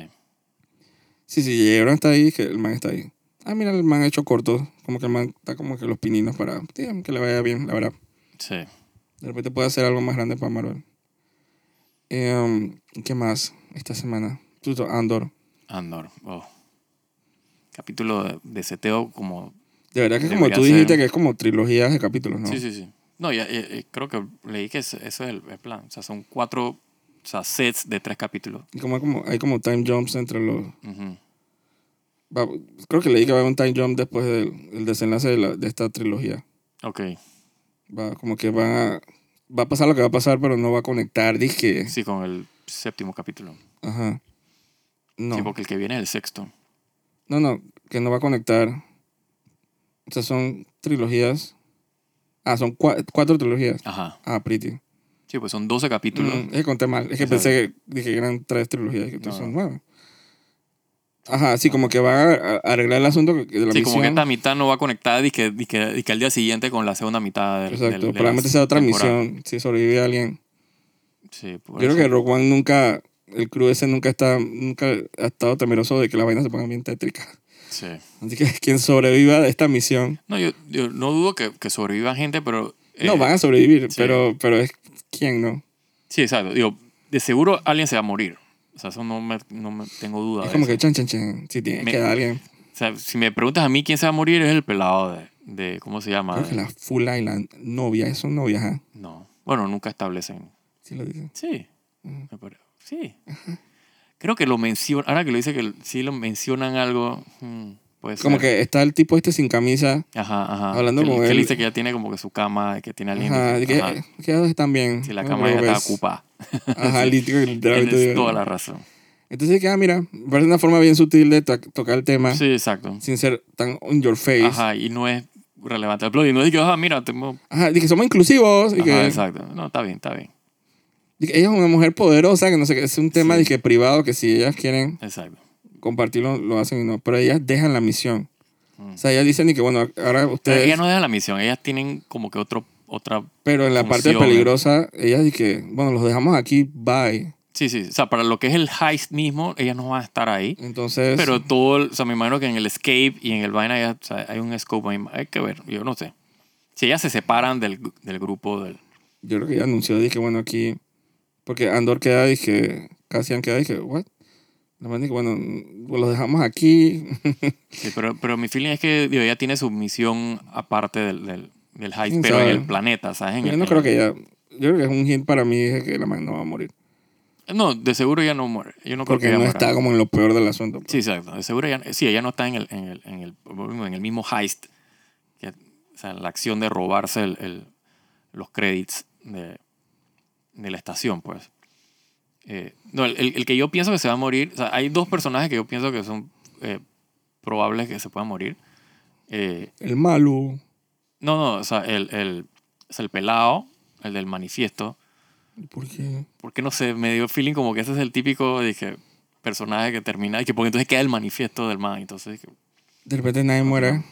A: Sí, sí, Jebron está ahí, que el man está ahí. Ah, mira, el man ha hecho cortos. Como que el man está como que los pininos para. Damn, que le vaya bien, la verdad.
B: Sí.
A: De repente puede hacer algo más grande para Marvel. Em, ¿Qué más esta semana? Pluto, Andor.
B: Andor. Oh. Capítulo de, de seteo como...
A: De verdad que como
B: Debería
A: tú dijiste
B: ser.
A: que es como trilogías de capítulos, ¿no?
B: Sí, sí, sí. No, ya, eh, eh, creo que leí que ese, ese es el, el plan. O sea, son cuatro o sea, sets de tres capítulos.
A: Y como, como, hay como time jumps entre los...
B: Ujú.
A: va- creo que leí que va a haber un time jump después del, del desenlace de, la- de esta trilogía.
B: Ok.
A: Va, como que va, va a pasar lo que va a pasar, pero no va a conectar, dije.
B: Sí, con el séptimo capítulo.
A: Ajá. No,
B: Sí, porque el que viene es el sexto.
A: no, no, que no va a conectar. O sea, son trilogías. Ah, son cua- cuatro trilogías.
B: Ajá.
A: Ah, pretty.
B: Sí, pues son 12 capítulos.
A: Mm, es que conté mal. Es que
B: Exacto.
A: pensé que dije que eran tres trilogías. Que
B: No,
A: son
B: no.
A: nueve. Ajá, sí, como que van a a- arreglar el asunto de la
B: Sí,
A: misión.
B: como que esta mitad no va conectada y que, y que, y que al día siguiente con la segunda mitad del,
A: Exacto,
B: del- de la
A: probablemente sea otra
B: temporada.
A: misión. Si sobrevive alguien.
B: Sí,
A: Yo
B: por
A: creo
B: eso.
A: que Rogue One nunca. El crew ese nunca, está, nunca ha estado temeroso de que las vainas se pongan bien tétricas.
B: Sí.
A: Así que quien sobreviva de esta misión.
B: No, yo, yo no dudo que, que sobreviva gente, pero... eh,
A: no, van a sobrevivir,
B: sí.
A: pero, pero es quién, ¿no?
B: Sí, exacto. Digo, de seguro alguien se va a morir. O sea, eso no me, no me tengo duda.
A: Es
B: de
A: como
B: eso.
A: que chan, chan, chan. Si tiene
B: Me-
A: que dar alguien.
B: O sea, si me preguntas a mí quién se va a morir es el pelado de... de ¿Cómo se llama?
A: Creo que la fula y la novia, son novias, ¿ah?
B: No. Bueno, nunca establecen.
A: Sí lo dicen.
B: Sí.
A: Ujú.
B: Me pare- Sí. Creo que lo mencionan... Ahora que lo dice que sí lo mencionan algo... hmm, puede ser.
A: Como que está el tipo este sin camisa.
B: Ajá, ajá.
A: Hablando
B: que,
A: con
B: que
A: él.
B: le dice que ya tiene como que su cama, que tiene alguien.
A: Ajá, de que,
B: ajá.
A: que ellos están bien.
B: Si la
A: No
B: cama ya
A: creo que
B: está
A: es-
B: ocupada.
A: Ajá, lit- literalmente.
B: Tienes
A: digo.
B: toda la razón.
A: Entonces, que, ah, mira, parece una forma bien sutil de to- tocar el tema
B: Sí, exacto.
A: sin ser tan on your face. Ajá.
B: Ajá, y no es relevante. El plot, y no es que, ajá, "Ah, mira, tengo...
A: dije, somos inclusivos. Y que,
B: Ajá, exacto. No, está bien, está bien.
A: dije, ella es una mujer poderosa, que no sé qué, es un tema
B: Sí.
A: dije, privado, que si ellas quieren
B: Exacto.
A: compartirlo, lo hacen y no. Pero ellas dejan la misión.
B: Mm.
A: O sea, ellas dicen, y que bueno, ahora
B: Pero
A: ustedes.
B: ellas no dejan la misión. Ellas tienen como que otro, otra...
A: pero en la parte
B: funcionan.
A: peligrosa, ellas dije, bueno, los dejamos aquí, bye.
B: Sí, sí. O sea, para lo que es el heist mismo, ellas no van a estar ahí.
A: Entonces.
B: Pero todo, el- o sea, me imagino que en el escape y en el vaina ya, o sea, hay un scope. ahí. Hay que ver, yo no sé. Si ellas se separan del, del grupo del...
A: Yo creo que ya anunció, dije, bueno, aquí. Porque Andor queda, dije, Cassian queda, dije, ¿what? La man dije, bueno, pues los dejamos aquí.
B: Sí, pero, pero mi feeling es que digo, ella tiene su misión aparte del, del, del heist,
A: ¿Quién
B: pero
A: sabe?
B: en el planeta, ¿sabes? En
A: Yo
B: el-
A: no
B: en
A: creo
B: el-
A: que ya. Yo creo que es un hint para mí, dije que la man no va a morir.
B: No, de seguro ella no muere. Yo no creo que
A: Porque
B: ella
A: no
B: muera.
A: está como en lo peor del asunto. pues.
B: Sí, exacto. De seguro ella, sí, ella no está en el, en el, en el, volvemos, en el mismo heist, que, o sea, en la acción de robarse el, el- los créditos de, de la estación, pues. Eh, no, el, el- el que yo pienso que se va a morir, o sea, hay dos personajes que yo pienso que son eh, probables que se puedan morir. Eh,
A: El malo.
B: No, no, o sea, el, el, o sea, el pelado, el del manifiesto,
A: ¿Por qué?
B: porque no sé, me dio feeling como que ese es el típico, dije, personaje que termina, y que porque entonces queda el manifiesto del man, entonces que
A: De repente nadie muere.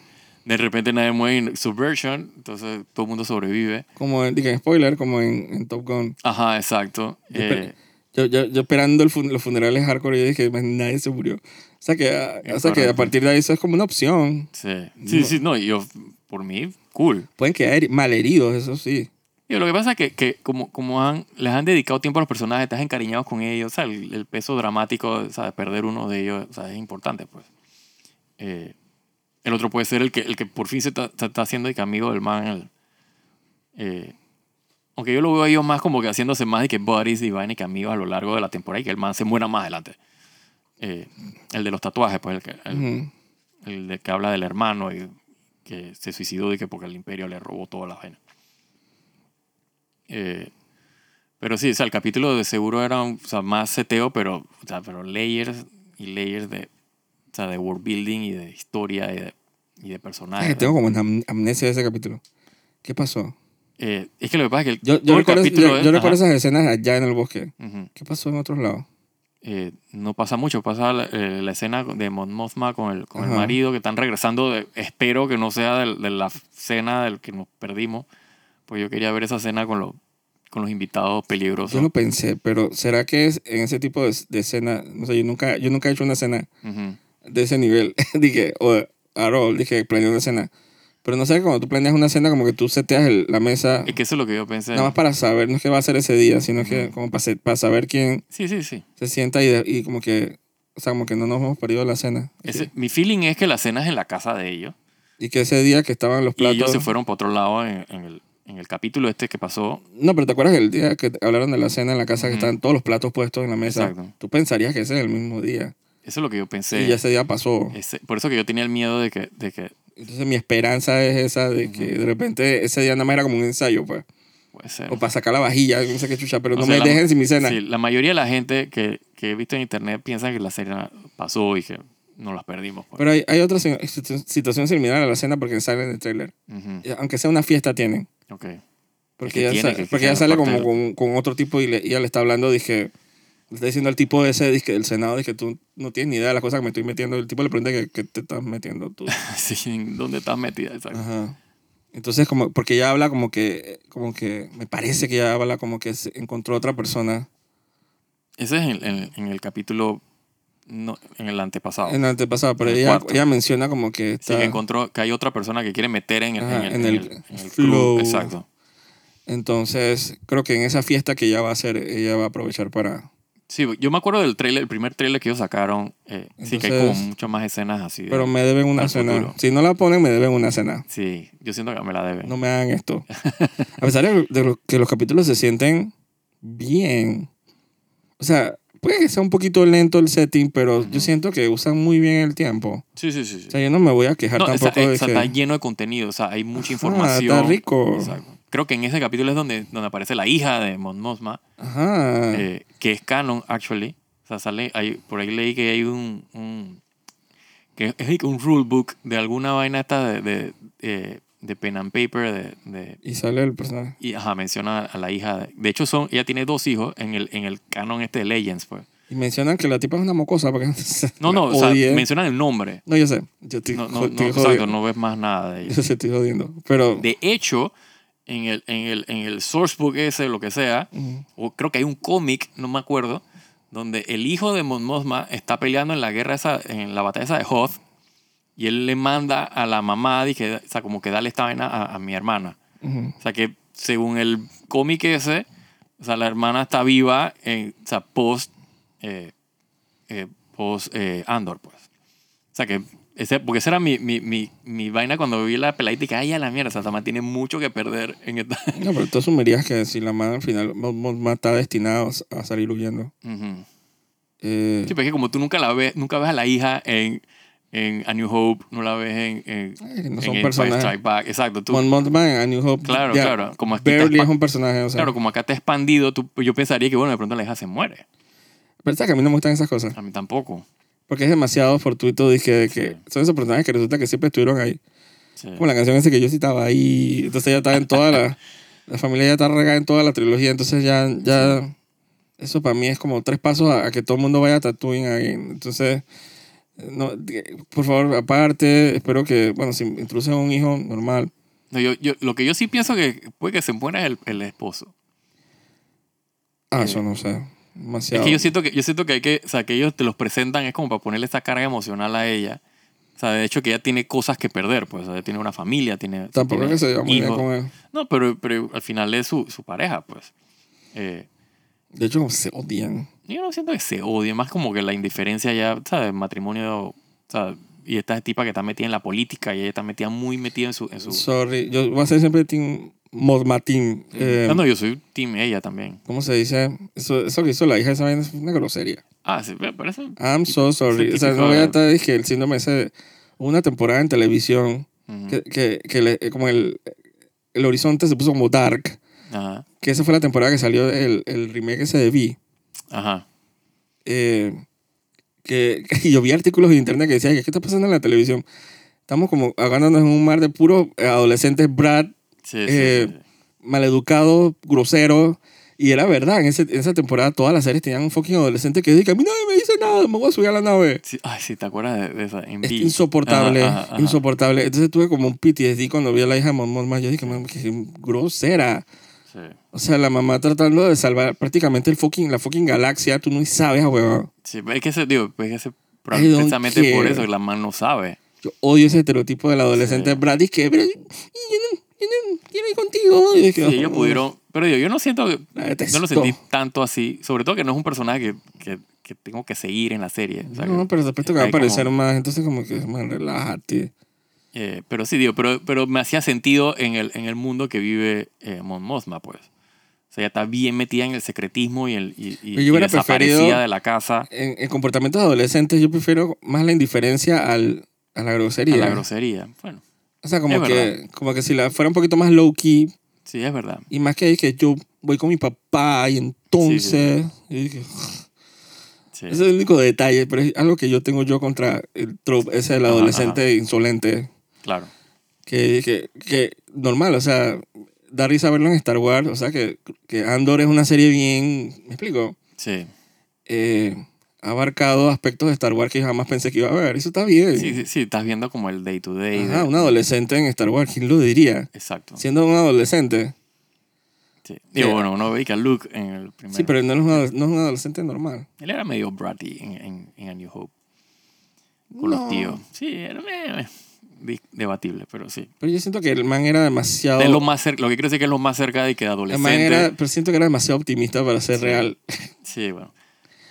B: de repente nadie muere en Subversion, entonces todo el mundo sobrevive.
A: Como en, dije, spoiler, como en, en Top Gun.
B: Ajá, exacto.
A: Yo
B: Eh,
A: Yo, yo, yo esperando el fun- los funerales hardcore, yo dije, "Man, nadie se murió. O sea, que, ah,
B: Es
A: o sea que a
B: correcto.
A: partir de ahí eso es como una opción.
B: Eh, sí, sí, sí, no, y yo, por mí, cool.
A: Pueden quedar malheridos, eso sí.
B: Yo, lo que pasa es que, que como, como han, les han dedicado tiempo a los personajes, estás encariñados con ellos, o sea, el, el peso dramático o sea, de perder uno de ellos o sea, es importante, pues. Eh, el otro puede ser el que, el que por fin se está, se está haciendo y que amigo del man, el, Eh, aunque yo lo veo a ellos más como que haciéndose más de que buddies y vaina y que amigos a lo largo de la temporada y que el man se muera más adelante. Eh, el de los tatuajes, pues el, que- el-
A: Ujú.
B: el de que habla del hermano y que se suicidó y que porque el imperio le robó todas las vainas. Eh, pero sí, o sea, el capítulo de seguro era un- o sea, más seteo, pero, o sea, pero layers y layers de, o sea, de world building y de historia y de, y de
A: Ah,
B: personajes.
A: tengo como una am- amnesia de ese capítulo. ¿Qué pasó?
B: Eh, es que lo que pasa es que el,
A: Yo,
B: todo
A: yo
B: el
A: recuerdo,
B: capítulo
A: yo,
B: es-
A: yo recuerdo
B: ajá,
A: esas escenas allá en el bosque.
B: ujú.
A: ¿Qué pasó en otros lados?
B: eh, no pasa mucho. Pasa la, eh, la escena de Mon Mothma con el, con el
A: Ajá.
B: marido que están regresando. de- espero que no sea del- de, la cena del que nos perdimos. Pues yo quería ver esa cena con, los con los invitados
A: Yo
B: peligrosos.
A: lo pensé, pero ¿será que es en ese tipo de, de escena? No sé, yo nunca, yo nunca he hecho una escena
B: Ujú.
A: de ese nivel. dije, o at all, dije, planeé una escena. Pero no sé, que cuando tú planeas una escena, como que tú seteas el- la mesa,
B: Es que eso es lo que yo pensé.
A: nada más para saber, no es que va a ser ese día, sino que
B: Ujú.
A: como para, se- para saber quién
B: Sí, sí, sí.
A: se sienta y, de- y como que, o sea, como que no nos hemos perdido la cena.
B: Ese- mi feeling es que la cena es en la casa de ellos.
A: Y que ese día que estaban los
B: Y
A: platos...
B: ellos se fueron para otro lado en, en el, en el capítulo este que pasó.
A: No, pero ¿te acuerdas el día que hablaron de la cena en la casa que
B: Ujú.
A: estaban todos los platos puestos en la mesa?
B: Exacto.
A: Tú pensarías que ese es el mismo día.
B: Eso es lo que yo pensé.
A: Y ya ese día pasó.
B: Ese- por eso que yo tenía el miedo de que, de que
A: Entonces mi esperanza es esa de que de repente ese día nada más era como un ensayo, pues.
B: puede ser.
A: O para sacar la vajilla, no sé qué chucha, pero
B: O
A: no
B: sea,
A: me
B: la-
A: dejen sin mi cena.
B: Sí, la mayoría de la gente que, que he visto en internet piensa que la cena pasó y que no las perdimos. pues.
A: Pero hay, hay otra si- situ- situación similar a la cena porque sale en el trailer.
B: Ujú,
A: Aunque sea una fiesta tienen.
B: ok. Es que
A: Porque ya
B: tiene
A: sa-
B: que- que
A: porque ella
B: sea la
A: sale
B: parte
A: como
B: de-
A: con, con otro tipo y le, ella le está hablando, dije, le está diciendo al tipo ese dizque, del Senado, dije, tú no tienes ni idea de las cosas que me estoy metiendo. El tipo le pregunta que, que te estás metiendo tú.
B: Sí, ¿en ¿dónde estás metida? Exacto.
A: Ajá. Entonces, como, porque ella habla como que, como que, me parece que ella habla como que se encontró otra persona
B: Ese es en, en- en el capítulo, no, en el antepasado.
A: en la antepasada, pero
B: En el
A: ella,
B: cuarto.
A: ella menciona como que
B: Sí,
A: está...
B: que encontró que hay otra persona que quiere meter en el,
A: Ajá,
B: en el,
A: en
B: en
A: el
B: el- en el
A: flow.
B: club. Exacto.
A: Entonces, creo que en esa fiesta que ella va a hacer, ella va a aprovechar para...
B: Sí, yo me acuerdo del trailer, el primer trailer que ellos sacaron. eh, sí, que hay como
A: Entonces-
B: muchas más escenas así. de-
A: Pero me deben una
B: Al
A: cena.
B: futuro.
A: Si no la ponen, me deben una cena.
B: sí, yo siento que me la deben.
A: No me hagan esto. A pesar de, de lo- que los capítulos se sienten bien. O sea, puede que sea un poquito lento el setting, pero yo
B: Ujú.
A: siento que usan muy bien el tiempo.
B: Sí, sí, sí. sí.
A: O sea, yo no me voy a quejar
B: No, esa-
A: tampoco de
B: esa
A: que...
B: está lleno de contenido, o sea, hay mucha
A: Ajá,
B: información.
A: está rico.
B: Exacto. Creo que en ese capítulo es donde, donde aparece la hija de Mon Mothma,
A: Ajá.
B: eh, que es canon, actually. O sea, sale, hay, por ahí leí que hay un, un- que es like un rule book de alguna vaina esta de, de, eh, de pen and paper, de, de-
A: Y sale el personaje.
B: y ajá, menciona a la hija. De, de hecho, son, ella tiene dos hijos en el, en el canon este de Legends, pues.
A: Y mencionan que la tipa es una mocosa porque...
B: No, no, o sea,
A: odié.
B: mencionan el nombre.
A: No, yo sé. Yo estoy,
B: No, no,
A: jo-
B: no,
A: estoy
B: exacto,
A: jodiendo.
B: no ves más nada de ella.
A: Yo sé, estoy jodiendo. Pero...
B: De hecho, en el, en el, en el sourcebook ese, lo que sea,
A: Ujú.
B: o creo que hay un cómic, no me acuerdo, donde el hijo de Mon Mothma está peleando en la guerra esa, en la batalla esa de Hoth, y él le manda a la mamá, dije, o sea, como que dale esta vaina a, a mi hermana.
A: Ujú.
B: O sea, que según el cómic ese, o sea, la hermana está viva, en, o sea, post, eh, eh, post eh, Andor, pues. O sea, que, ese, porque esa era mi, mi, mi, mi vaina cuando vi la peladita y que, ay, a la mierda, o sea, esta man tiene mucho que perder en esta...
A: No, pero tú asumirías que si la madre al final Mon- Mothma está destinada a salir huyendo.
B: Ujú.
A: Eh,
B: Sí, pero es que como tú nunca la ves, nunca ves a la hija en, en A New Hope, no la ves en, en,
A: ay, no
B: en
A: son
B: Empire
A: personajes.
B: Strike Back, exacto. Tú,
A: Mon Mothma en A New Hope.
B: claro,
A: ya
B: claro. Como aquí está
A: Barely
B: expa-
A: es un personaje. O sea,
B: claro, como acá está expandido, tú, yo pensaría que, bueno, de pronto la hija se muere.
A: Pero sabes que a mí no me gustan esas cosas.
B: A mí tampoco.
A: Porque es demasiado fortuito. Dije de que
B: Sí.
A: son esos personajes que resulta que siempre estuvieron ahí.
B: Sí.
A: Como la canción esa que yo citaba ahí. Entonces ya está en toda la. La familia ya está regada en toda la trilogía. Entonces ya. ya Eso para mí es como tres pasos a, a que todo el mundo vaya a Tatooine ahí. Entonces. No, de- por favor, aparte, espero que, bueno, si introducen a un hijo normal,
B: No, yo, yo, lo que yo sí pienso que puede que se muera es el, el esposo.
A: ah,
B: Eh,
A: eso no sé, demasiado.
B: Es que yo siento que, yo siento que hay que, o sea, que ellos te los presentan es como para ponerle esta carga emocional a ella. O sea, de hecho que ella tiene cosas que perder, pues, o sea, ella tiene una familia, tiene...
A: Tampoco es
B: tiene
A: que se lleva muy bien
B: hijos.
A: con él.
B: No, pero, pero al final es su, su pareja, pues. Eh,
A: De hecho, se odian.
B: yo no siento que se odie, más como que la indiferencia ya, ¿sabes? El Matrimonio, ¿sabes? Y esta tipa que está metida en la política y ella está metida muy metida en su... En su
A: Sorry, yo voy a ser siempre Team Mosmatín. eh,
B: Ah, no, no, yo soy team ella también.
A: ¿Cómo se dice? Eso, eso que hizo la hija de esa vaina es una grosería.
B: Ah, sí, pero pero eso...
A: I'm so sorry.
B: pues, Sí,
A: O sea,
B: típico
A: no voy a
B: de-
A: estar, dije, el síndrome ese. de- Una temporada en televisión
B: Ujú.
A: que, que, que le- eh, como el, el horizonte se puso como dark.
B: Ajá,
A: Que esa fue la temporada que salió el, el remake ese de Vi.
B: ajá.
A: eh, que, que yo vi artículos en internet que decían, "Ay, ¿qué está pasando en la televisión? Estamos como ahogándonos en un mar de puros eh, adolescentes Brad,
B: Sí, sí,
A: Eh,
B: sí, sí.
A: maleducados, groseros. Y era verdad, en, ese- en esa temporada todas las series tenían un fucking adolescente que dice, a mí nadie me dice nada, me voy a subir a la nave.
B: Sí, Ay, sí, ¿te acuerdas de, de esa? En
A: Es
B: B.
A: insoportable,
B: Ajá, ajá, ajá.
A: insoportable. Entonces tuve como un PTSD cuando vi a la hija de Mamón más. Yo dije, "Mam, qué grosera.
B: Sí,
A: O sea, la mamá tratando de salvar prácticamente el fucking, la fucking galaxia. Tú no sabes, huevón.
B: sí, pero es que ese, digo, pues es que ese...
A: I don't
B: Precisamente por
A: care.
B: eso que la man no sabe.
A: Yo odio ese estereotipo del adolescente
B: Sí.
A: Brady que, pero, y yo no, yo no quiero ir contigo. Y
B: Sí,
A: dije,
B: ellos
A: "Oh,
B: pudieron... Pero yo, yo no siento... que-
A: la detesto".
B: Yo no lo sentí tanto así. Sobre todo que no es un personaje que, que, que tengo que seguir en la serie. O sea, que-
A: No, pero después te va a
B: Ahí como-
A: aparecer más. Entonces, como que, man, relájate.
B: Eh, pero sí, digo, pero, pero me hacía sentido en el, en el mundo que vive eh, Mon Mothma, pues. O sea, ella está bien metida en el secretismo y, el, y, y-
A: Yo
B: y
A: hubiera
B: desaparecida
A: preferido-
B: de la casa
A: En, en comportamientos adolescentes, yo prefiero más la indiferencia al, a la grosería.
B: a la grosería. Bueno,
A: o sea, como
B: Es
A: que,
B: verdad.
A: como que si la fuera un poquito más low key
B: sí, es verdad.
A: y más que ahí que yo voy con mi papá y entonces. y dije,
B: Sí.
A: ese es el único detalle, pero es algo que yo tengo yo contra el trope ese del
B: Ajá,
A: adolescente insolente.
B: Claro.
A: que, que, que normal, o sea, da risa verlo en Star Wars, o sea, que, que Andor es una serie bien, me explico,
B: Sí.
A: Eh, ha abarcado aspectos de Star Wars que yo jamás pensé que iba a ver, eso está bien.
B: Sí, sí, sí, estás viendo como el day to day.
A: Ajá,
B: de-
A: un adolescente en Star Wars, ¿quién lo diría?
B: Exacto. Sí.
A: Siendo un adolescente.
B: Digo,
A: Sí.
B: bueno, uno ve que a Luke en el primer.
A: Eh, Sí, pero él no es un, adolesc- no es un adolescente normal.
B: Él era medio bratty en, en, en A New Hope. Con
A: No,
B: los tíos. Sí, era eh, di- debatible, pero sí.
A: Pero yo siento que el man era demasiado...
B: Es lo más cerca, lo que quiero decir que es lo más cerca de que
A: el man era,
B: adolescente.
A: pero siento que era demasiado optimista para ser
B: Sí.
A: real.
B: Sí, bueno.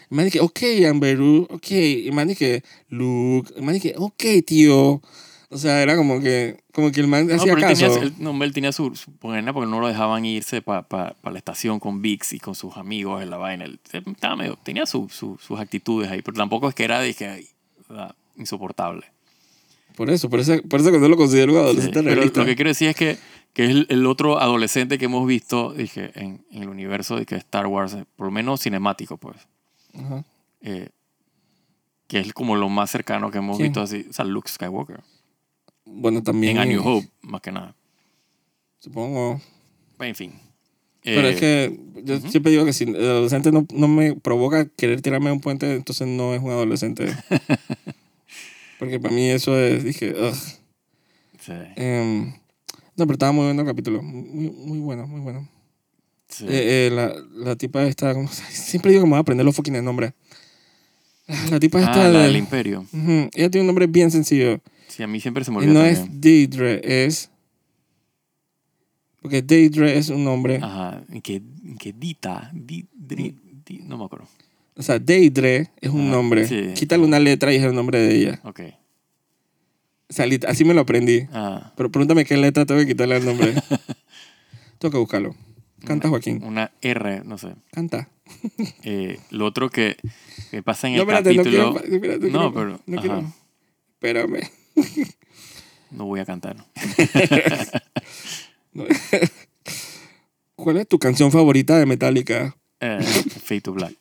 A: El man dije, ok, Amberu, ok. El man dije, Luke. El man dije, ok, tío. O sea, era como que, como que el man
B: No,
A: hacía
B: pero él
A: caso.
B: tenía, su- él, no, él tenía su, su vaina porque no lo dejaban irse para la estación con Vix y con sus amigos en la vaina. Él estaba medio- tenía su- su- sus actitudes ahí, pero tampoco es que era de que, ay, ¿verdad? insoportable.
A: Por eso, por eso, por eso que no lo considero un adolescente
B: Sí, pero
A: realista.
B: lo que quiero decir es que, que es el, el otro adolescente que hemos visto dije, en, en el universo de que Star Wars, eh, por lo menos cinemático, pues.
A: Ajá.
B: eh, que es como lo más cercano que hemos
A: ¿Quién?
B: visto así. O sea, Luke Skywalker.
A: Bueno, también.
B: En A New Hope, más que nada.
A: Supongo.
B: En fin.
A: Pero
B: Eh,
A: es que yo siempre digo que si el adolescente no, no me provoca querer tirarme a un puente, entonces no es un adolescente. Porque para mí eso es, dije, ugh.
B: sí,
A: Em, no, pero estaba muy bueno el capítulo. Muy, muy bueno, muy bueno.
B: sí.
A: Eh, eh, la, la tipa esta, ¿cómo se- siempre digo que me voy a aprender los fucking nombres. La, la tipa esta
B: Ah, la
A: de-
B: del imperio.
A: Ujú, Ella tiene un nombre bien sencillo.
B: Sí, a mí siempre se me
A: Y
B: olvida
A: no
B: también.
A: es Deidre, es... Porque Deidre es un nombre.
B: Ajá, y que, y que Dita, di, dri- di- no me acuerdo.
A: O sea, Deidre es un
B: Ah,
A: nombre.
B: sí.
A: Quítale una letra y es el nombre de ella.
B: Ok.
A: O sea, lit- así me lo aprendí.
B: Ah,
A: Pero pregúntame qué letra tengo que quitarle al nombre. tengo que buscarlo. Canta, Joaquín.
B: una R, no sé.
A: Canta.
B: Eh, lo otro que, que pasa en
A: No,
B: el
A: espérate, no
B: capítulo...
A: quiero... pa- espérate,
B: No,
A: quiero-
B: pero-
A: No quiero.
B: ajá.
A: Espérame.
B: no voy a cantar.
A: ¿Cuál es tu canción favorita de Metallica?
B: Eh, Fade to Black.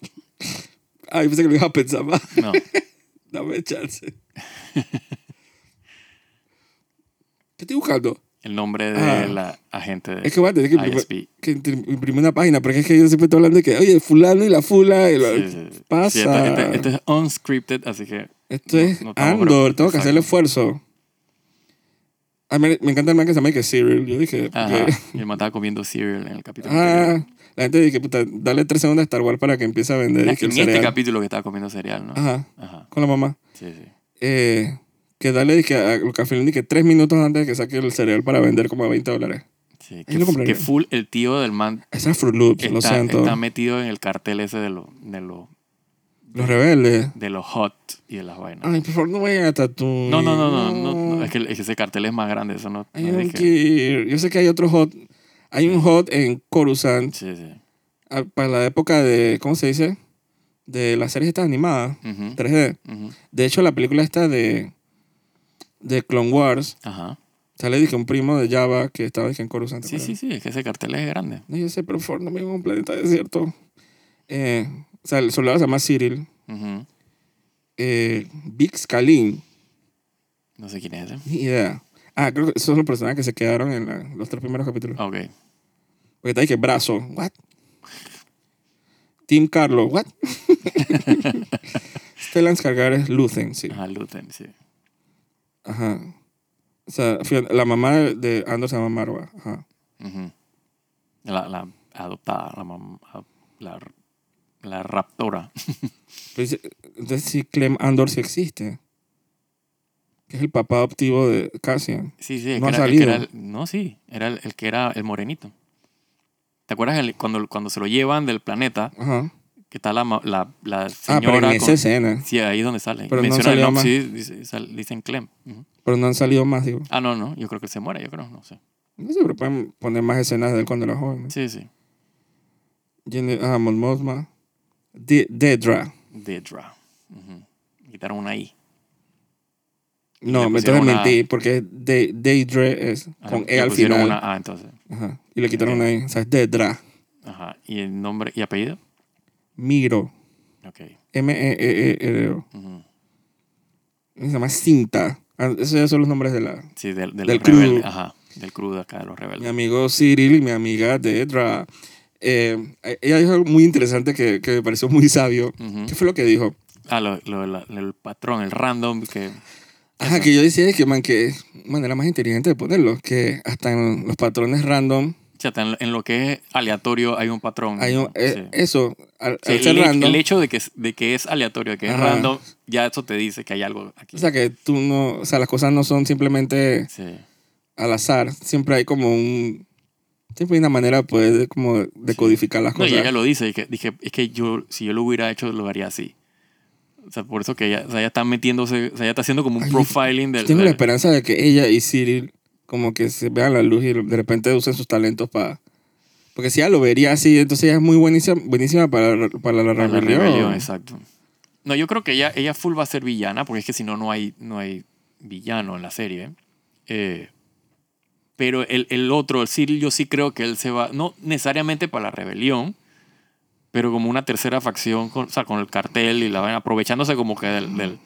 A: Ay, pensé que lo ibas a pensar más.
B: No.
A: Dame chance. ¿Qué estoy buscando?
B: El nombre de
A: Ah.
B: la agente de
A: Es que voy a tener que,
B: Ah,
A: imprimir-
B: ISP.
A: que imprim- imprimir una página, porque es que yo siempre estoy hablando de que, oye, fulano y la fula. y la-
B: Sí, sí, sí.
A: pasa.
B: Sí, este, este- este es unscripted, así que...
A: Esto es
B: no estamos, pero-
A: Andor, tengo que hacer el
B: exacto.
A: esfuerzo. Ay, me, me encanta el man que se llama que Cyril. Yo dije,
B: Ajá.
A: que-
B: Y el man estaba comiendo cereal en el capítulo. anterior.
A: ah, la gente dice, puta, dale tres segundos a Star Wars para que empiece a vender.
B: en
A: y que el
B: este
A: cereal.
B: capítulo que estaba comiendo cereal, ¿no?
A: Ajá,
B: Ajá.
A: con la mamá.
B: Sí, sí.
A: eh, que dale dizque, a Lucasfilm dizque, tres minutos antes de que saque el cereal para vender como a 20 dólares.
B: Sí,
A: Ahí lo
B: que,
A: compraría.
B: que full el tío del man
A: Esas Fruit Loops, lo
B: está,
A: siento.
B: está metido en el cartel ese de los de los
A: Los rebeldes.
B: de los hot y de las vainas.
A: Ay, por favor, no vayan a Tatooine.
B: no, no, no, no, no, no, es que el- es que ese cartel es más grande, eso no,
A: I
B: no es
A: don't
B: de que-
A: care. Yo sé que hay otros hot. Hay un hot en Coruscant
B: Sí, sí.
A: a- para la época de, ¿cómo se dice? De las series estas animadas,
B: Ujú,
A: 3D.
B: ujú.
A: De hecho, la película esta de, de Clone Wars,
B: Ajá.
A: sale dije, un primo de Java que estaba dije, en Coruscant. ¿te
B: Sí, sí,
A: acuerdas?
B: sí, es que ese cartel es grande.
A: No, yo sé, pero Ford no me iba a un planeta desierto. Eh, o sea, el soldado se llama Cyril.
B: Ujú.
A: Eh, Vix Kalin,
B: No sé quién es ese.
A: ni idea. Ah, creo que esos son los personajes que se quedaron en la- los tres primeros capítulos.
B: Ok.
A: Porque está ahí que brazo. What? Team Carlo. What? Stellan Skarsgård es Luthen, sí.
B: Ajá, Luten, sí.
A: Ajá. O sea, fíjate, la mamá de- de Andor se llama Marva. Ajá.
B: Ujú. la, la adoptada, la, mam- a- la, la raptora.
A: Pero dice- Entonces sí, Clem Andor sí existe. Que es el papá adoptivo de Cassian.
B: Sí, sí, el
A: No
B: que
A: ha
B: era, el que
A: salido.
B: era el- no, sí, era el, el que era el morenito. ¿Te acuerdas el- cuando, cuando se lo llevan del planeta?
A: Ajá.
B: Que está la, ma- la, la
A: Ah, pero en
B: señora.
A: esa
B: con-
A: escena.
B: sí, ahí es donde sale.
A: Pero no
B: Menciona el
A: salió
B: nombre,
A: más.
B: sí, dice- sal- dicen Clem. Ujú.
A: Pero no han salido más, digo.
B: Ah, no, no, yo creo que se muere, yo creo, no sé.
A: No sé, pero pueden poner más escenas de él cuando era joven. ¿no?
B: Sí, sí.
A: Jenny- ah, Mon Mothma. De- Dedra.
B: Dedra. Ujú. Quitaron una I.
A: No,
B: le
A: entonces
B: pusieron una-
A: mentí, porque de, Deidre es
B: Ah,
A: con
B: le-
A: E
B: le
A: al
B: pusieron
A: final.
B: una A, entonces.
A: Ajá. Y le quitaron ahí. O sea, es Dedra.
B: Ajá. ¿Y el nombre y apellido?
A: Miro.
B: Ok.
A: M-E-E-E-R-O.
B: Ujú.
A: Se llama Cinta. Ah, Esos ya son los nombres de la.
B: Sí, del, del,
A: Del
B: rebelde.
A: crew.
B: Ajá. Del crew de acá, de los
A: Mi
B: rebeldes.
A: amigo Cyril y mi amiga Dedra. Eh, ella dijo algo muy interesante que, que me pareció muy sabio.
B: Ujú.
A: ¿Qué fue lo que dijo?
B: Ah, lo, lo- la- el patrón, el random que...
A: Ajá, que yo decía que, man, que es una manera más inteligente de ponerlo. Que hasta en los patrones random,
B: Chata, en, lo- en lo que es aleatorio hay un patrón.
A: hay un-
B: Sí.
A: eh, eso, al,
B: Sí,
A: al
B: el,
A: ser
B: he-
A: random.
B: el hecho de que, es- de que es aleatorio, de que es
A: Ajá.
B: random, ya eso te dice que hay algo aquí.
A: O sea, que tú no, o sea, las cosas no son simplemente
B: Sí.
A: al azar, siempre hay como un, siempre hay una manera pues de como decodificar las
B: No,
A: cosas.
B: y ella lo dice, y que, dije, es que yo, si yo lo hubiera hecho, lo haría así. O sea, por eso que ella, o sea, ella está metiéndose, o sea, ella está haciendo como un
A: Ay,
B: profiling del...
A: Tengo la
B: del-
A: esperanza de que ella y Cyril como que se vean la luz y de repente usen sus talentos para... Porque si ella lo vería así, entonces ella es muy buenísima, buenísima para, la- para la
B: para la
A: rebelión.
B: rebelión, exacto. No, yo creo que ella, ella full va a ser villana, porque es que si no, no hay, no hay villano en la serie. Eh, pero el, el otro, el Cyril, yo sí creo que él se va, no necesariamente para la rebelión, pero como una tercera facción, con, o sea, con el cartel y la vaina, aprovechándose como que del, del-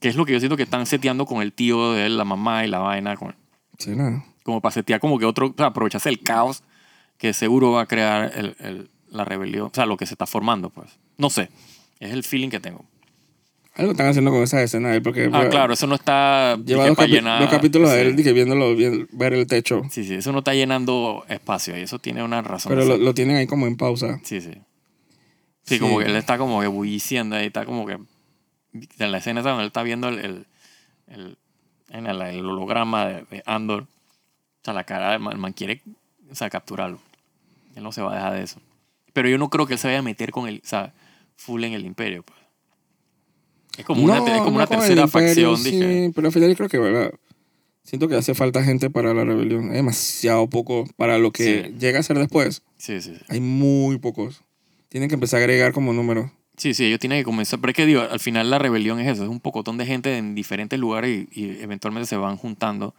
B: que es lo que yo siento que están seteando con el tío de él, la mamá y la vaina, con-
A: Sí, nada.
B: como para setear como que otro, o sea, aprovecharse el caos que seguro va a crear el- el- la rebelión, o sea, lo que se está formando, pues. No sé, es el feeling que tengo.
A: Algo están haciendo con esa escena de él porque...
B: Ah,
A: bueno,
B: claro, eso no está
A: Lleva
B: dije,
A: dos,
B: para
A: capi-
B: llenar-
A: dos capítulos de
B: sí.
A: él dije, viéndolo bien- ver el techo.
B: Sí, sí, eso no está llenando espacio y eso tiene una razón.
A: Pero
B: de
A: lo,
B: ser.
A: lo tienen ahí como en pausa.
B: Sí, sí. Sí, como
A: Sí.
B: que él está como que bulliciendo ahí, está como que en la escena esa donde él está viendo el, el, el- en el, el holograma de, de Andor. O sea, la cara del man, el man quiere o sea, capturarlo. Él no se va a dejar de eso. Pero yo no creo que él se vaya a meter con el, o sea, full en el imperio. pues. Es como una, te- es como
A: no
B: una
A: con el
B: tercera
A: imperio,
B: facción, dije.
A: Sí, pero al final yo creo que, ¿verdad? Siento que hace falta gente para la rebelión. Hay demasiado poco para lo que
B: Sí.
A: llega a ser después.
B: Sí, sí, sí.
A: Hay muy pocos. Tienen que empezar a agregar como números.
B: Sí, sí, ellos tienen que comenzar. Pero es que digo, al final la rebelión es eso, es un pocotón de gente en diferentes lugares y, y eventualmente se van juntando.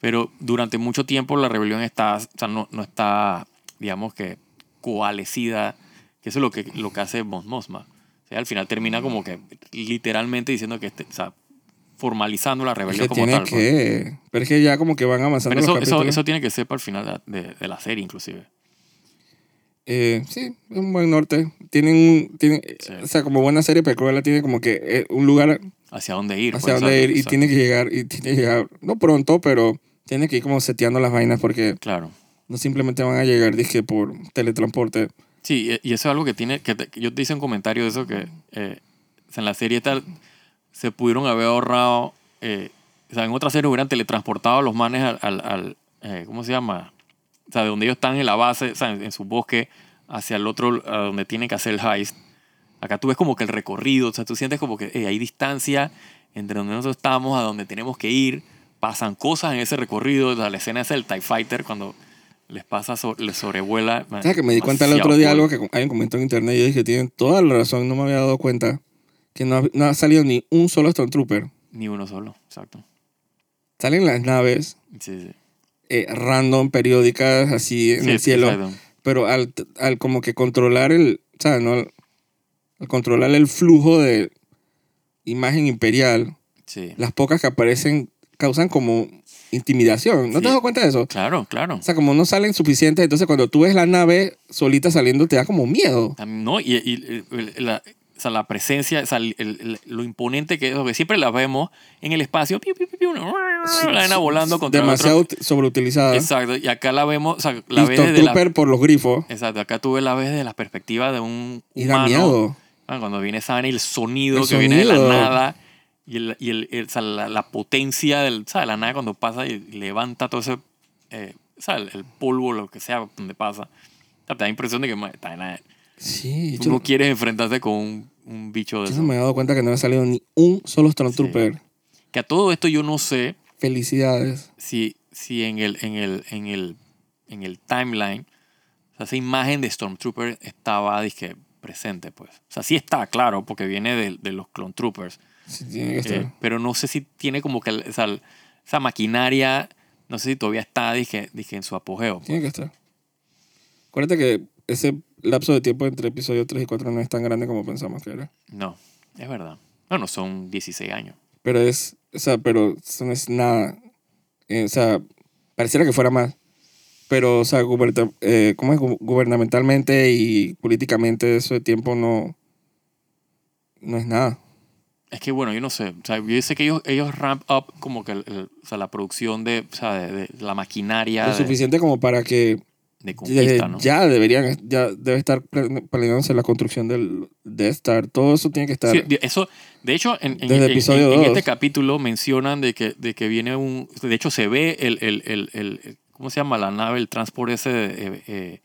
B: Pero durante mucho tiempo la rebelión está, o sea, no, no está, digamos que, coalecida, que eso es lo que, lo que hace Mos Mosma. O sea, al final termina como que literalmente diciendo que, este, o sea, formalizando la
A: Es
B: rebelión
A: que
B: como
A: tiene
B: tal. pues.
A: que... Pero es que ya como que van avanzando
B: Pero eso,
A: los
B: eso,
A: capítulos.
B: eso tiene que ser para el final de la- de, de la serie, inclusive.
A: Eh, sí, es un buen norte. Tienen un... Tienen,
B: Sí.
A: O sea, como buena serie, pero Cruella tiene como que eh, un lugar
B: Hacia dónde ir.
A: hacia
B: pues,
A: donde ir
B: exacto,
A: y
B: exacto.
A: tiene que llegar. Y tiene que llegar... No pronto, pero tiene que ir como seteando las vainas porque
B: Claro.
A: no simplemente van a llegar, dije, por teletransporte.
B: Sí, y y eso es algo que tiene, que, te- que yo te hice un comentario de eso que eh, o sea, en la serie tal se pudieron haber ahorrado, eh, o sea, en otra serie hubieran teletransportado a los manes al, al, al, eh, ¿cómo se llama? O sea, de donde ellos están en la base, o sea, en, en su bosque, hacia el otro, a donde tienen que hacer el heist. Acá tú ves como que el recorrido, o sea, tú sientes como que eh, hay distancia entre donde nosotros estamos a donde tenemos que ir, pasan cosas en ese recorrido, o sea, la escena es el TIE Fighter cuando les pasa, so- les sobrevuela. man,
A: ¿Sabes que me di cuenta el
B: demasiado
A: otro día
B: cool.
A: algo que alguien comentó en internet? Y yo dije, tienen toda la razón, no me había dado cuenta que no ha, no ha salido ni un solo Stormtrooper.
B: Ni uno solo, exacto.
A: Salen las naves
B: Sí, sí.
A: eh, random, periódicas, así en
B: Sí,
A: el cielo.
B: exacto.
A: Pero al, al como que controlar el, ¿sabes? No? Al, al controlar el flujo de imagen imperial,
B: Sí.
A: las pocas que aparecen causan como intimidación. ¿No
B: Sí.
A: te has dado cuenta de eso?
B: Claro, claro.
A: O sea, como no salen suficientes, entonces cuando tú ves la nave solita saliendo te da como miedo.
B: Tam- No, y, y- el- el- la, o sea, la presencia, o sea, el- el- lo imponente que es, porque siempre las vemos en el espacio, piu, piu, piu, piu, la arena volando contra
A: Demasiado
B: otro.
A: ut- sobreutilizada.
B: Exacto, y acá la vemos, o sea, la
A: y
B: ves desde la,
A: Stormtrooper por los grifos.
B: exacto, acá tú ves la ves desde la perspectiva de un
A: Y da
B: humano.
A: miedo.
B: Ah, cuando viene Sani, el sonido
A: El
B: que viene de la
A: sonido.
B: nada y, el, y el- el- o sea, la, la potencia del, ¿sabes? la nada cuando pasa y levanta todo ese, eh, ¿sabes? el polvo, lo que sea, donde pasa. O sea, te da impresión de que man, está en la-
A: Sí,
B: tú
A: yo,
B: no quieres enfrentarte con un, un bicho de
A: yo
B: eso.
A: no me he dado cuenta que no ha salido ni un solo Stormtrooper.
B: Que a todo esto yo no sé
A: Felicidades.
B: si, si en, el, en, el, en, el, en el timeline, o sea, esa imagen de Stormtrooper estaba, dije, presente, pues. O sea, sí está, claro, porque viene de, de los Clone Troopers.
A: Sí, tiene que estar.
B: Eh, pero no sé si tiene como que el- esa, esa maquinaria, no sé si todavía está, dije, dije en su apogeo.
A: Tiene que estar. Acuérdate que ese lapso de tiempo entre episodio 3 y 4 no es tan grande como pensamos que era.
B: No, es verdad. Bueno, son 16 años.
A: Pero es, o sea, pero eso no es nada. Eh, o sea, pareciera que fuera más. Pero, o sea, guberta- eh, ¿cómo es? Gu- gubernamentalmente y políticamente eso de tiempo no, no es nada.
B: Es que bueno, yo no sé. O sea, yo sé que ellos, ellos ramp up como que el- el- o sea, la producción de, o sea, de, de la maquinaria
A: Lo
B: de,
A: suficiente como para que
B: de
A: desde
B: conquista, ¿no?
A: ya deberían, ya debe estar plan- planeándose la construcción del Death Star. Todo eso tiene que estar.
B: Sí, de- eso, de hecho, en, en-
A: Desde
B: en-
A: episodio
B: en- en
A: dos.
B: este capítulo mencionan de que, de que viene un. De hecho, se ve el. el, el, el- el- ¿Cómo se llama la nave? El transporte ese. de- eh, eh,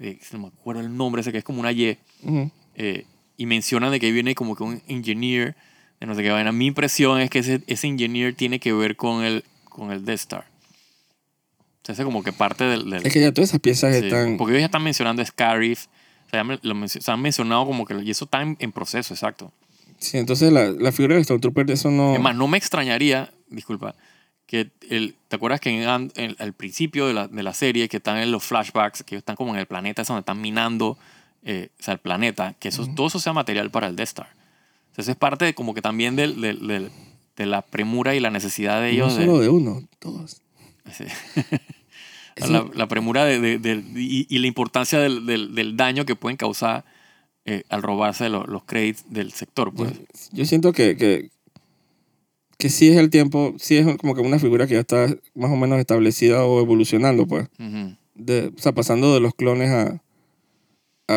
B: eh, no me acuerdo el nombre ese, que es como una Y.
A: Ujú.
B: eh, y mencionan de que viene como que un engineer de no sé qué vaina. Mi impresión es que ese, ese engineer tiene que ver con el, con el Death Star. O sea, ese como que parte del... del-
A: Es que ya todas esas piezas
B: sí,
A: están.
B: Porque ellos ya están mencionando Scarif. O sea, ya me- lo mencio- se han mencionado como que... Y eso está en, en proceso, exacto.
A: Sí, entonces la, la figura del Stormtrooper de eso no.
B: Es más, no me extrañaría, disculpa, que el, ¿te acuerdas que en, An- en- al principio de la, de la serie que están en los flashbacks, que ellos están como en el planeta, es donde están minando eh, o sea, el planeta, que eso, todo eso sea material para el Death Star? O sea, eso es parte de, como que también del, del- del- de la premura y la necesidad
A: no
B: de ellos. eh. de-
A: solo de uno, dos.
B: sí.
A: Eso-
B: la, la premura de, de- de- y, y la importancia del, del- del daño que pueden causar eh, al robarse lo- los créditos del sector.
A: yo,
B: Pues.
A: yo siento que, que, que sí es el tiempo, sí es como que una figura que ya está más o menos establecida o evolucionando, pues.
B: Ujú,
A: De, o sea, pasando de los clones a,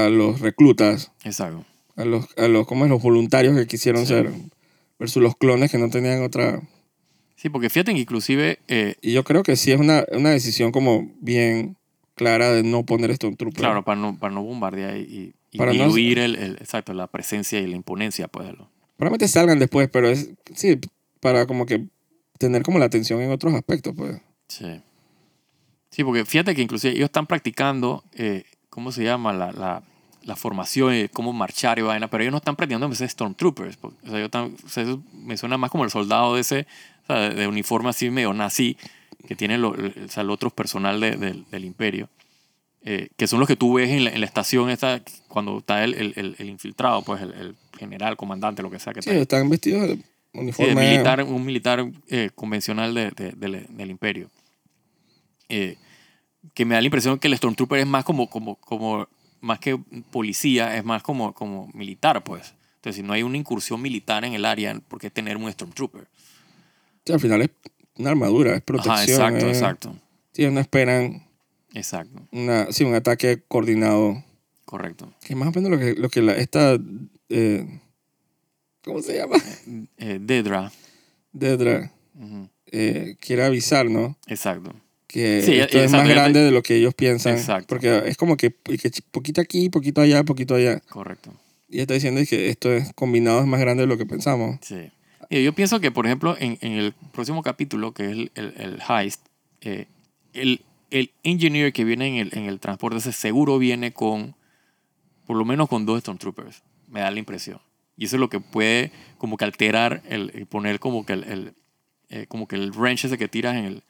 A: a los reclutas,
B: Exacto.
A: a los, a los, ¿cómo es? los voluntarios que quisieron
B: Sí.
A: ser, versus los clones que no tenían otra.
B: Sí, porque fíjate que inclusive eh,
A: Y yo creo que sí es una, una decisión como bien clara de no poner Stormtrooper.
B: Claro, para no, para no bombardear y, y
A: Para no-
B: diluir el, el- exacto, la presencia y la imponencia. Pues, de lo-
A: Probablemente salgan después, pero es, sí, para como que tener como la atención en otros aspectos, pues.
B: sí. sí, porque fíjate que inclusive ellos están practicando, eh, ¿cómo se llama? La, la, la formación, eh, cómo marchar y vaina, pero ellos no están practicando ser Stormtroopers. porque, o sea, ellos están- o sea, eso me suena más como el soldado de ese, o sea, de, de uniforme así medio nazi, que tiene lo- el- o sea, el otro personal de- del- del imperio. eh, que son los que tú ves en la, en la estación esta, cuando está el, el- el- el infiltrado, pues el, el general, comandante, lo que sea que
A: Sí,
B: está ahí.
A: están vestidos de
B: Sí, de
A: uniforme.
B: militar, un militar eh, convencional de- de- del- del imperio. Eh, que me da la impresión que el Stormtrooper es más como, como, como más que policía, es más como, como militar, pues. Entonces, si no hay una incursión militar en el área, ¿por qué tener un Stormtrooper?
A: Sí, al final es una armadura, es protección.
B: Ajá, exacto,
A: eh.
B: exacto.
A: Sí, no esperan
B: Exacto,
A: una, sí, un ataque coordinado.
B: correcto.
A: Que más o menos lo que, lo que la, esta... eh, ¿Cómo se llama?
B: Eh, Dedra.
A: Dedra
B: Ujú,
A: eh, quiere avisar, ¿no?
B: Exacto.
A: Que
B: Sí,
A: esto
B: eh,
A: es
B: exacto,
A: más
B: ya te-
A: grande de lo que ellos piensan.
B: Exacto.
A: Porque es como que, y que poquito aquí, poquito allá, poquito allá.
B: Correcto.
A: Y está diciendo que esto es combinado, es más grande de lo que pensamos.
B: Sí. Y yo pienso que, por ejemplo, en, en el próximo capítulo, que es el, el- el heist, eh, el, el engineer que viene en el, en el transporte ese seguro viene con, por lo menos con dos Stormtroopers, me da la impresión. Y eso es lo que puede como que alterar, el, el poner como que el, el, eh, como que el wrench ese que tiras en el,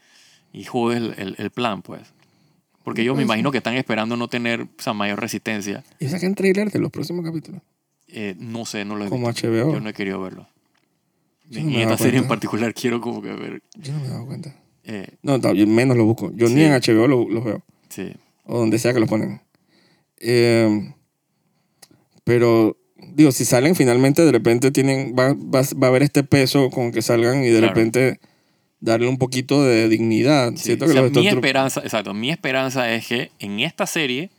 B: y jodes el, el- el plan, pues. Porque ellos me
A: Pues,
B: imagino que están esperando no tener o sea, mayor resistencia.
A: Y sacan trailer de los próximos capítulos.
B: Eh, no sé, no lo he
A: Como
B: visto.
A: HBO.
B: Yo no he querido verlo.
A: Yo
B: en
A: no Oh. me he
B: esta
A: dado
B: serie en
A: cuenta.
B: particular quiero como que ver.
A: Yo no me he dado cuenta.
B: eh,
A: No, no, yo menos lo busco. Yo
B: Sí.
A: ni en HBO lo- los veo.
B: sí.
A: O donde sea que los ponen. Eh, pero, digo, si salen finalmente, de repente tienen, va, va, va a haber este peso con que salgan y de
B: Claro.
A: repente darle un poquito de dignidad.
B: Sí,
A: Siento
B: o
A: que
B: sea,
A: los
B: mi
A: Stormtroopers-
B: esperanza, exacto, mi esperanza es que en esta serie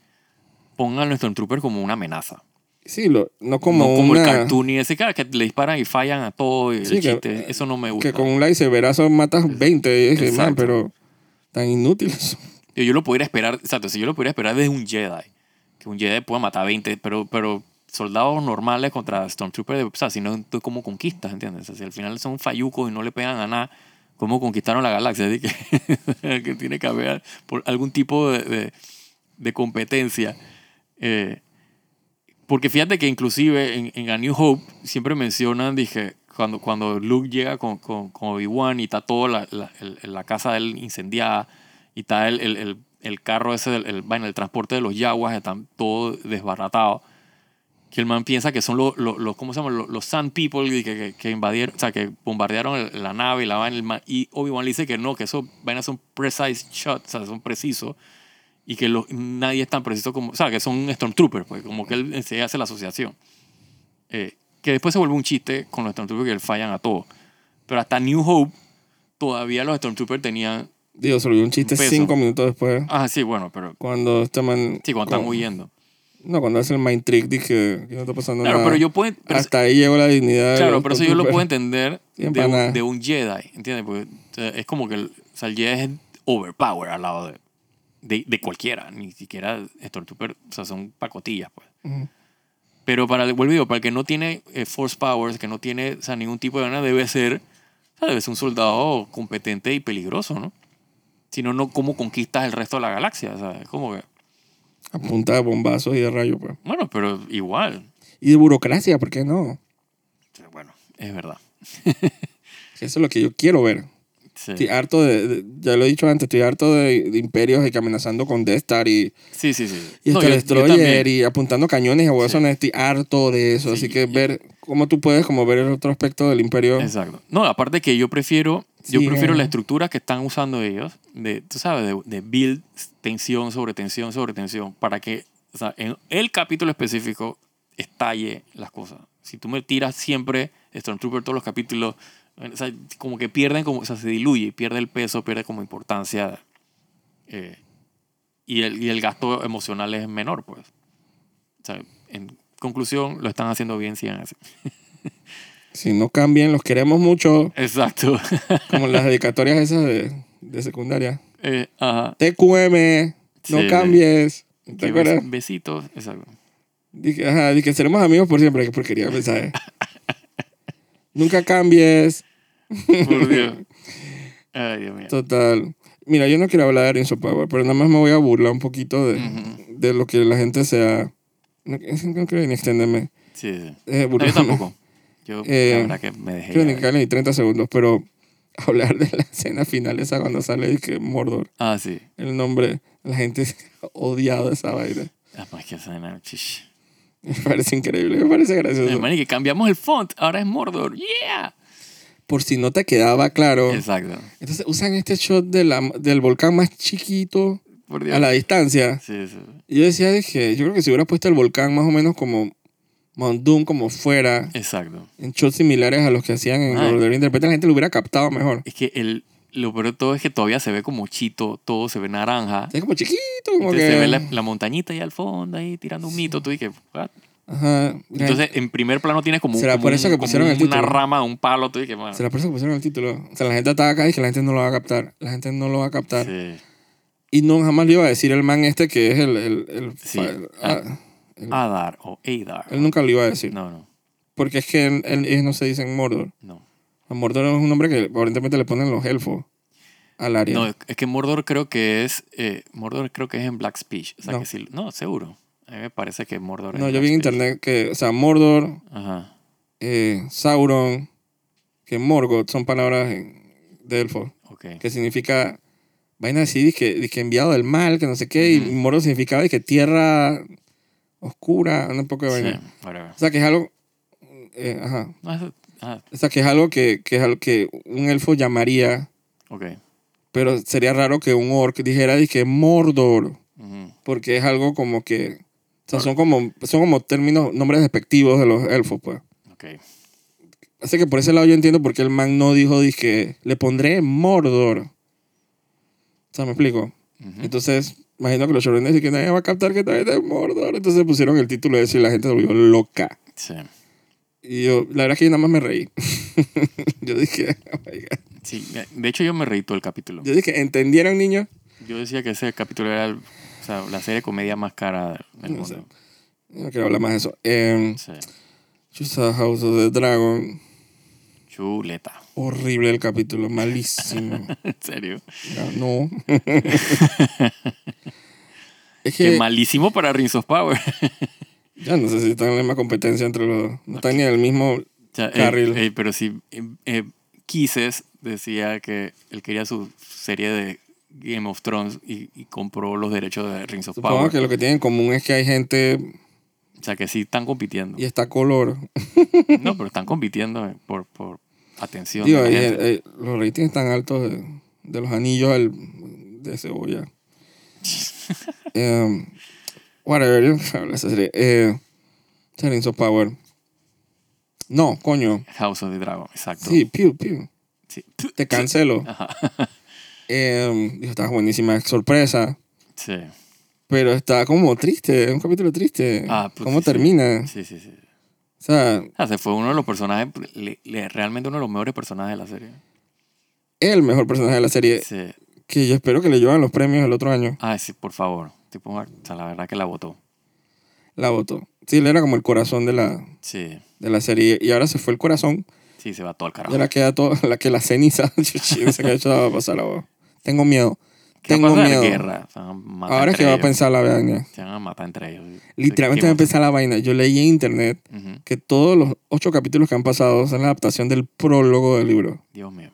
B: pongan a los Stormtroopers como una amenaza.
A: Sí, lo- no como
B: no como
A: una...
B: el cartoon y ese cara que le disparan y fallan a todo y el
A: Sí, que-
B: chiste. Eso no me gusta.
A: Que con un lightsaberazo matas 20. Y dije,
B: Exacto.
A: "Man, pero tan inútiles.
B: Yo, yo lo pudiera esperar, exacto, si yo lo pudiera esperar desde un Jedi. Que un Jedi pueda matar 20, pero, pero soldados normales contra Stormtroopers, o sea, si no, entonces ¿cómo conquistas, entiendes? O sea, si al final son fallucos y no le pegan a nada, ¿cómo conquistaron la galaxia? Así que, que tiene que haber por algún tipo de, de- de competencia. Eh, porque fíjate que inclusive en, en A New Hope siempre mencionan, dije, cuando, cuando Luke llega con, con, con Obi-Wan y está toda la, la, el- la casa de él incendiada y está el, el, el, el carro ese, del- el, bueno, el transporte de los yaguas, están todo desbaratado. Que el man piensa que son los, los, los- ¿cómo se llama? Los, los Sand People que, que, que invadieron, o sea, que bombardearon el- la nave y la van el man- Y Obi-Wan le dice que no, que esos vainas son precise shots, o sea, son precisos y que los- nadie es tan preciso como, o sea, que son Stormtroopers, pues como que él se hace la asociación. Eh, que después se vuelve un chiste con los Stormtroopers que fallan a todos. Pero hasta New Hope, todavía los Stormtroopers tenían,
A: Digo, se volvió un chiste
B: Peso.
A: cinco minutos después.
B: ah, sí, bueno, pero
A: Cuando este man...
B: sí, cuando están
A: con-
B: huyendo.
A: No, cuando hace el mind trick, dije que no está pasando
B: Claro,
A: nada.
B: pero yo puedo, pero-
A: Hasta ahí llegó la dignidad. pues. de
B: claro,
A: los
B: pero eso yo lo
A: Stormtroopers.
B: puedo entender
A: Sí,
B: de
A: empanada.
B: un, de un Jedi, ¿entiendes? Porque o sea, es como que el, o sea, el Jedi es overpower al lado de, de, de cualquiera, ni siquiera Stormtrooper, o sea, son pacotillas, pues.
A: Ujú.
B: Pero para el, vuelvo y digo, para el que no tiene eh, force powers, que no tiene o sea, ningún tipo de gana, debe ser, o sea, debe ser un soldado competente y peligroso, ¿no? Si no, no, ¿cómo conquistas el resto de la galaxia? O sea, es como que,
A: A punta de bombazos y de rayos, pues.
B: bueno, pero igual.
A: Y de burocracia, ¿por qué no?
B: O sea, Bueno, es verdad.
A: Que Eso es lo que yo quiero ver.
B: Sí,
A: Estoy harto de, de- ya lo he dicho antes, estoy harto de, de imperios y que amenazando con Death Star y,
B: sí, sí. sí.
A: y
B: No,
A: Star
B: yo- yo
A: Destroyer
B: también.
A: y apuntando cañones y huesones. Estoy harto de eso. así
B: Sí, y-
A: que
B: y-
A: ver cómo tú puedes como ver el otro aspecto del imperio.
B: Exacto. No, aparte que yo prefiero, yo
A: Sí,
B: prefiero
A: eh.
B: la estructura que están usando ellos, de, tú sabes, de, de build tensión sobre tensión sobre tensión, para que, o sea, en el capítulo específico estalle las cosas. Si tú me tiras siempre Stormtrooper todos los capítulos, o sea, como que pierden, como, o sea, se diluye, pierde el peso, pierde como importancia. eh, y, el, y el gasto emocional es menor, pues. O sea, en conclusión, lo están haciendo bien, sigan así.
A: Si no cambian, los queremos mucho.
B: Exacto.
A: Como las dedicatorias esas de, de secundaria.
B: Eh, ajá.
A: TQM, no
B: Sí.
A: cambies. ¿Te
B: Que
A: acuerdas?
B: bes- Besitos, exacto.
A: Dije, ajá, dije, seremos amigos por siempre. Qué porquería de mensaje. Nunca cambies.
B: Por Dios. Ay, Dios mío.
A: Total. Mira, yo no quiero hablar de Enzo Power, pero nada más me voy a burlar un poquito de,
B: Ujú.
A: de lo que la gente sea. No, no creo ni extenderme.
B: Sí, sí.
A: Eh,
B: No, yo
A: burlarme.
B: tampoco. Yo,
A: Eh,
B: la verdad que me dejé.
A: Creo ni
B: llevar.
A: que ni 30 segundos, pero hablar de la escena final esa cuando sale dije, Mordor,
B: Ah, sí.
A: el nombre, la gente odiado esa vaina.
B: Ah, pues que suena, chish.
A: Me parece increíble, me parece gracioso.
B: Hermano, y que cambiamos el font. Ahora es Mordor. ¡Yeah!
A: Por si no te quedaba claro.
B: Exacto.
A: Entonces usan este shot de la- del volcán más chiquito
B: Por
A: a
B: Dios.
A: la distancia.
B: Sí, sí.
A: Y yo decía, dije, yo creo que si hubiera puesto el volcán más o menos como Mount Doom, como fuera,
B: Exacto.
A: en shots similares a los que hacían en
B: Ah.
A: Lord of the Rings, de repente la gente lo hubiera captado mejor.
B: Es que el, lo peor de todo es que todavía se ve como chito, todo se ve naranja.
A: Es como chiquito, como
B: Entonces
A: que...
B: se ve la, la montañita ahí al fondo, ahí tirando un mito. Tú dices, "What?"
A: Ajá.
B: Entonces, en primer plano tienes como,
A: ¿Será
B: como
A: por eso
B: un-
A: que
B: como
A: pusieron el
B: una
A: título?
B: rama, un palo. Tú dices, "Man".
A: Se la persona que pusieron el título. O sea, la gente estaba acá y que la gente no lo va a captar. La gente no lo va a captar.
B: Sí.
A: Y no jamás le iba a decir el man este que es el... el, el-
B: Sí.
A: el-
B: Ah.
A: el-
B: Adar o Adar.
A: él nunca lo iba a decir.
B: No, no,
A: Porque es que él- él- ellos no se dicen Mordor.
B: no.
A: A Mordor es un nombre que aparentemente le ponen los elfos. al área.
B: No, es que Mordor creo que es. eh, Mordor creo que es en Black Speech. O sea
A: No.
B: que sí- no, seguro. A mí me parece que Mordor es
A: No, yo
B: Black
A: vi en
B: Speech.
A: internet que, o sea, Mordor,
B: Ajá.
A: eh, Sauron, que Morgoth son palabras en- de elfo,
B: Ok.
A: que significa vaina así, que, que enviado del mal, que no sé qué, y
B: Ujú.
A: Mordor significaba que tierra oscura, un poco de vaina.
B: Sí, whatever.
A: O sea, que es algo, eh, ajá,
B: No, eso- ah, ajá,
A: o sea, que es algo que, que es algo que un elfo llamaría,
B: ok.
A: pero sería raro que un orc dijera, que Mordor,
B: Ujú.
A: porque es algo como que, o sea, son como, son como términos, nombres despectivos de los elfos, pues.
B: Ok.
A: Así que por ese lado yo entiendo por qué el man no dijo, dije, le pondré Mordor. O sea, ¿me explico?
B: Ujú.
A: Entonces, imagino que los chorrones que nadie va a captar que también es Mordor. Entonces pusieron el título de eso y la gente se volvió loca.
B: Sí.
A: Y yo, la verdad es que yo nada más me reí. yo dije, oh my God.
B: Sí, eh, de hecho yo me reí todo el capítulo.
A: Yo dije, ¿entendieron, niños?
B: Yo decía que ese capítulo era el- o sea, la serie de comedia más cara del
A: No sé.
B: mundo.
A: Yo No quiero hablar más de eso. Eh,
B: Sí.
A: Chusa House of the Dragon.
B: Chuleta.
A: Horrible el capítulo, malísimo.
B: En serio.
A: Ya, no. es
B: Que
A: que
B: malísimo para Rings of Power.
A: ya no sé si están en la misma competencia entre los dos. No están ni en el mismo.
B: O sea, eh,
A: Carril.
B: eh, pero sí, eh, eh, Kisses decía que él quería su serie de Game of Thrones y, y compró los derechos de Rings of
A: Supongo
B: Power.
A: que lo que tienen en común es que hay gente
B: O sea, que sí están compitiendo.
A: y está color.
B: No, pero están compitiendo eh, por, por atención.
A: Digo,
B: de la
A: ahí,
B: gente.
A: eh, los ratings tan altos de, de los anillos al- de cebolla. Em, whatever, yo no hablo de esa serie. Eh, Rings of Power. No, coño.
B: House of the Dragon, exacto.
A: Sí, piu, piu.
B: Sí.
A: Te cancelo.
B: Ajá.
A: Em, digo, está buenísima sorpresa.
B: Sí.
A: Pero está como triste, es un capítulo triste.
B: Ah, pues
A: ¿Cómo
B: sí, sí.
A: termina?
B: Sí, sí, sí.
A: O sea,
B: O sea, se fue uno de los personajes, le- le- realmente uno de los mejores personajes de la serie.
A: el mejor personaje de la serie,
B: Sí.
A: que yo espero que le lleven los premios el otro año,
B: Ah, sí, por favor. Tipo, o sea, la verdad que la votó.
A: la votó. Sí, él era como el corazón de la,
B: Sí.
A: de la serie y ahora se fue el corazón
B: Sí, se va todo al
A: y
B: carajo.
A: ahora queda todo, la que la ceniza. Yo, sí, no sé qué va a pasar ahora. Tengo miedo.
B: ¿Qué
A: Tengo
B: va a pasar?
A: miedo.
B: Guerra. Se van a matar
A: Ahora es
B: entre
A: que va a
B: ellos.
A: pensar la vaina.
B: Se van a matar entre ellos.
A: Literalmente va a pensar la vaina. Yo leí en internet
B: Ujú.
A: que todos los ocho capítulos que han pasado son la adaptación del prólogo del libro.
B: Dios mío.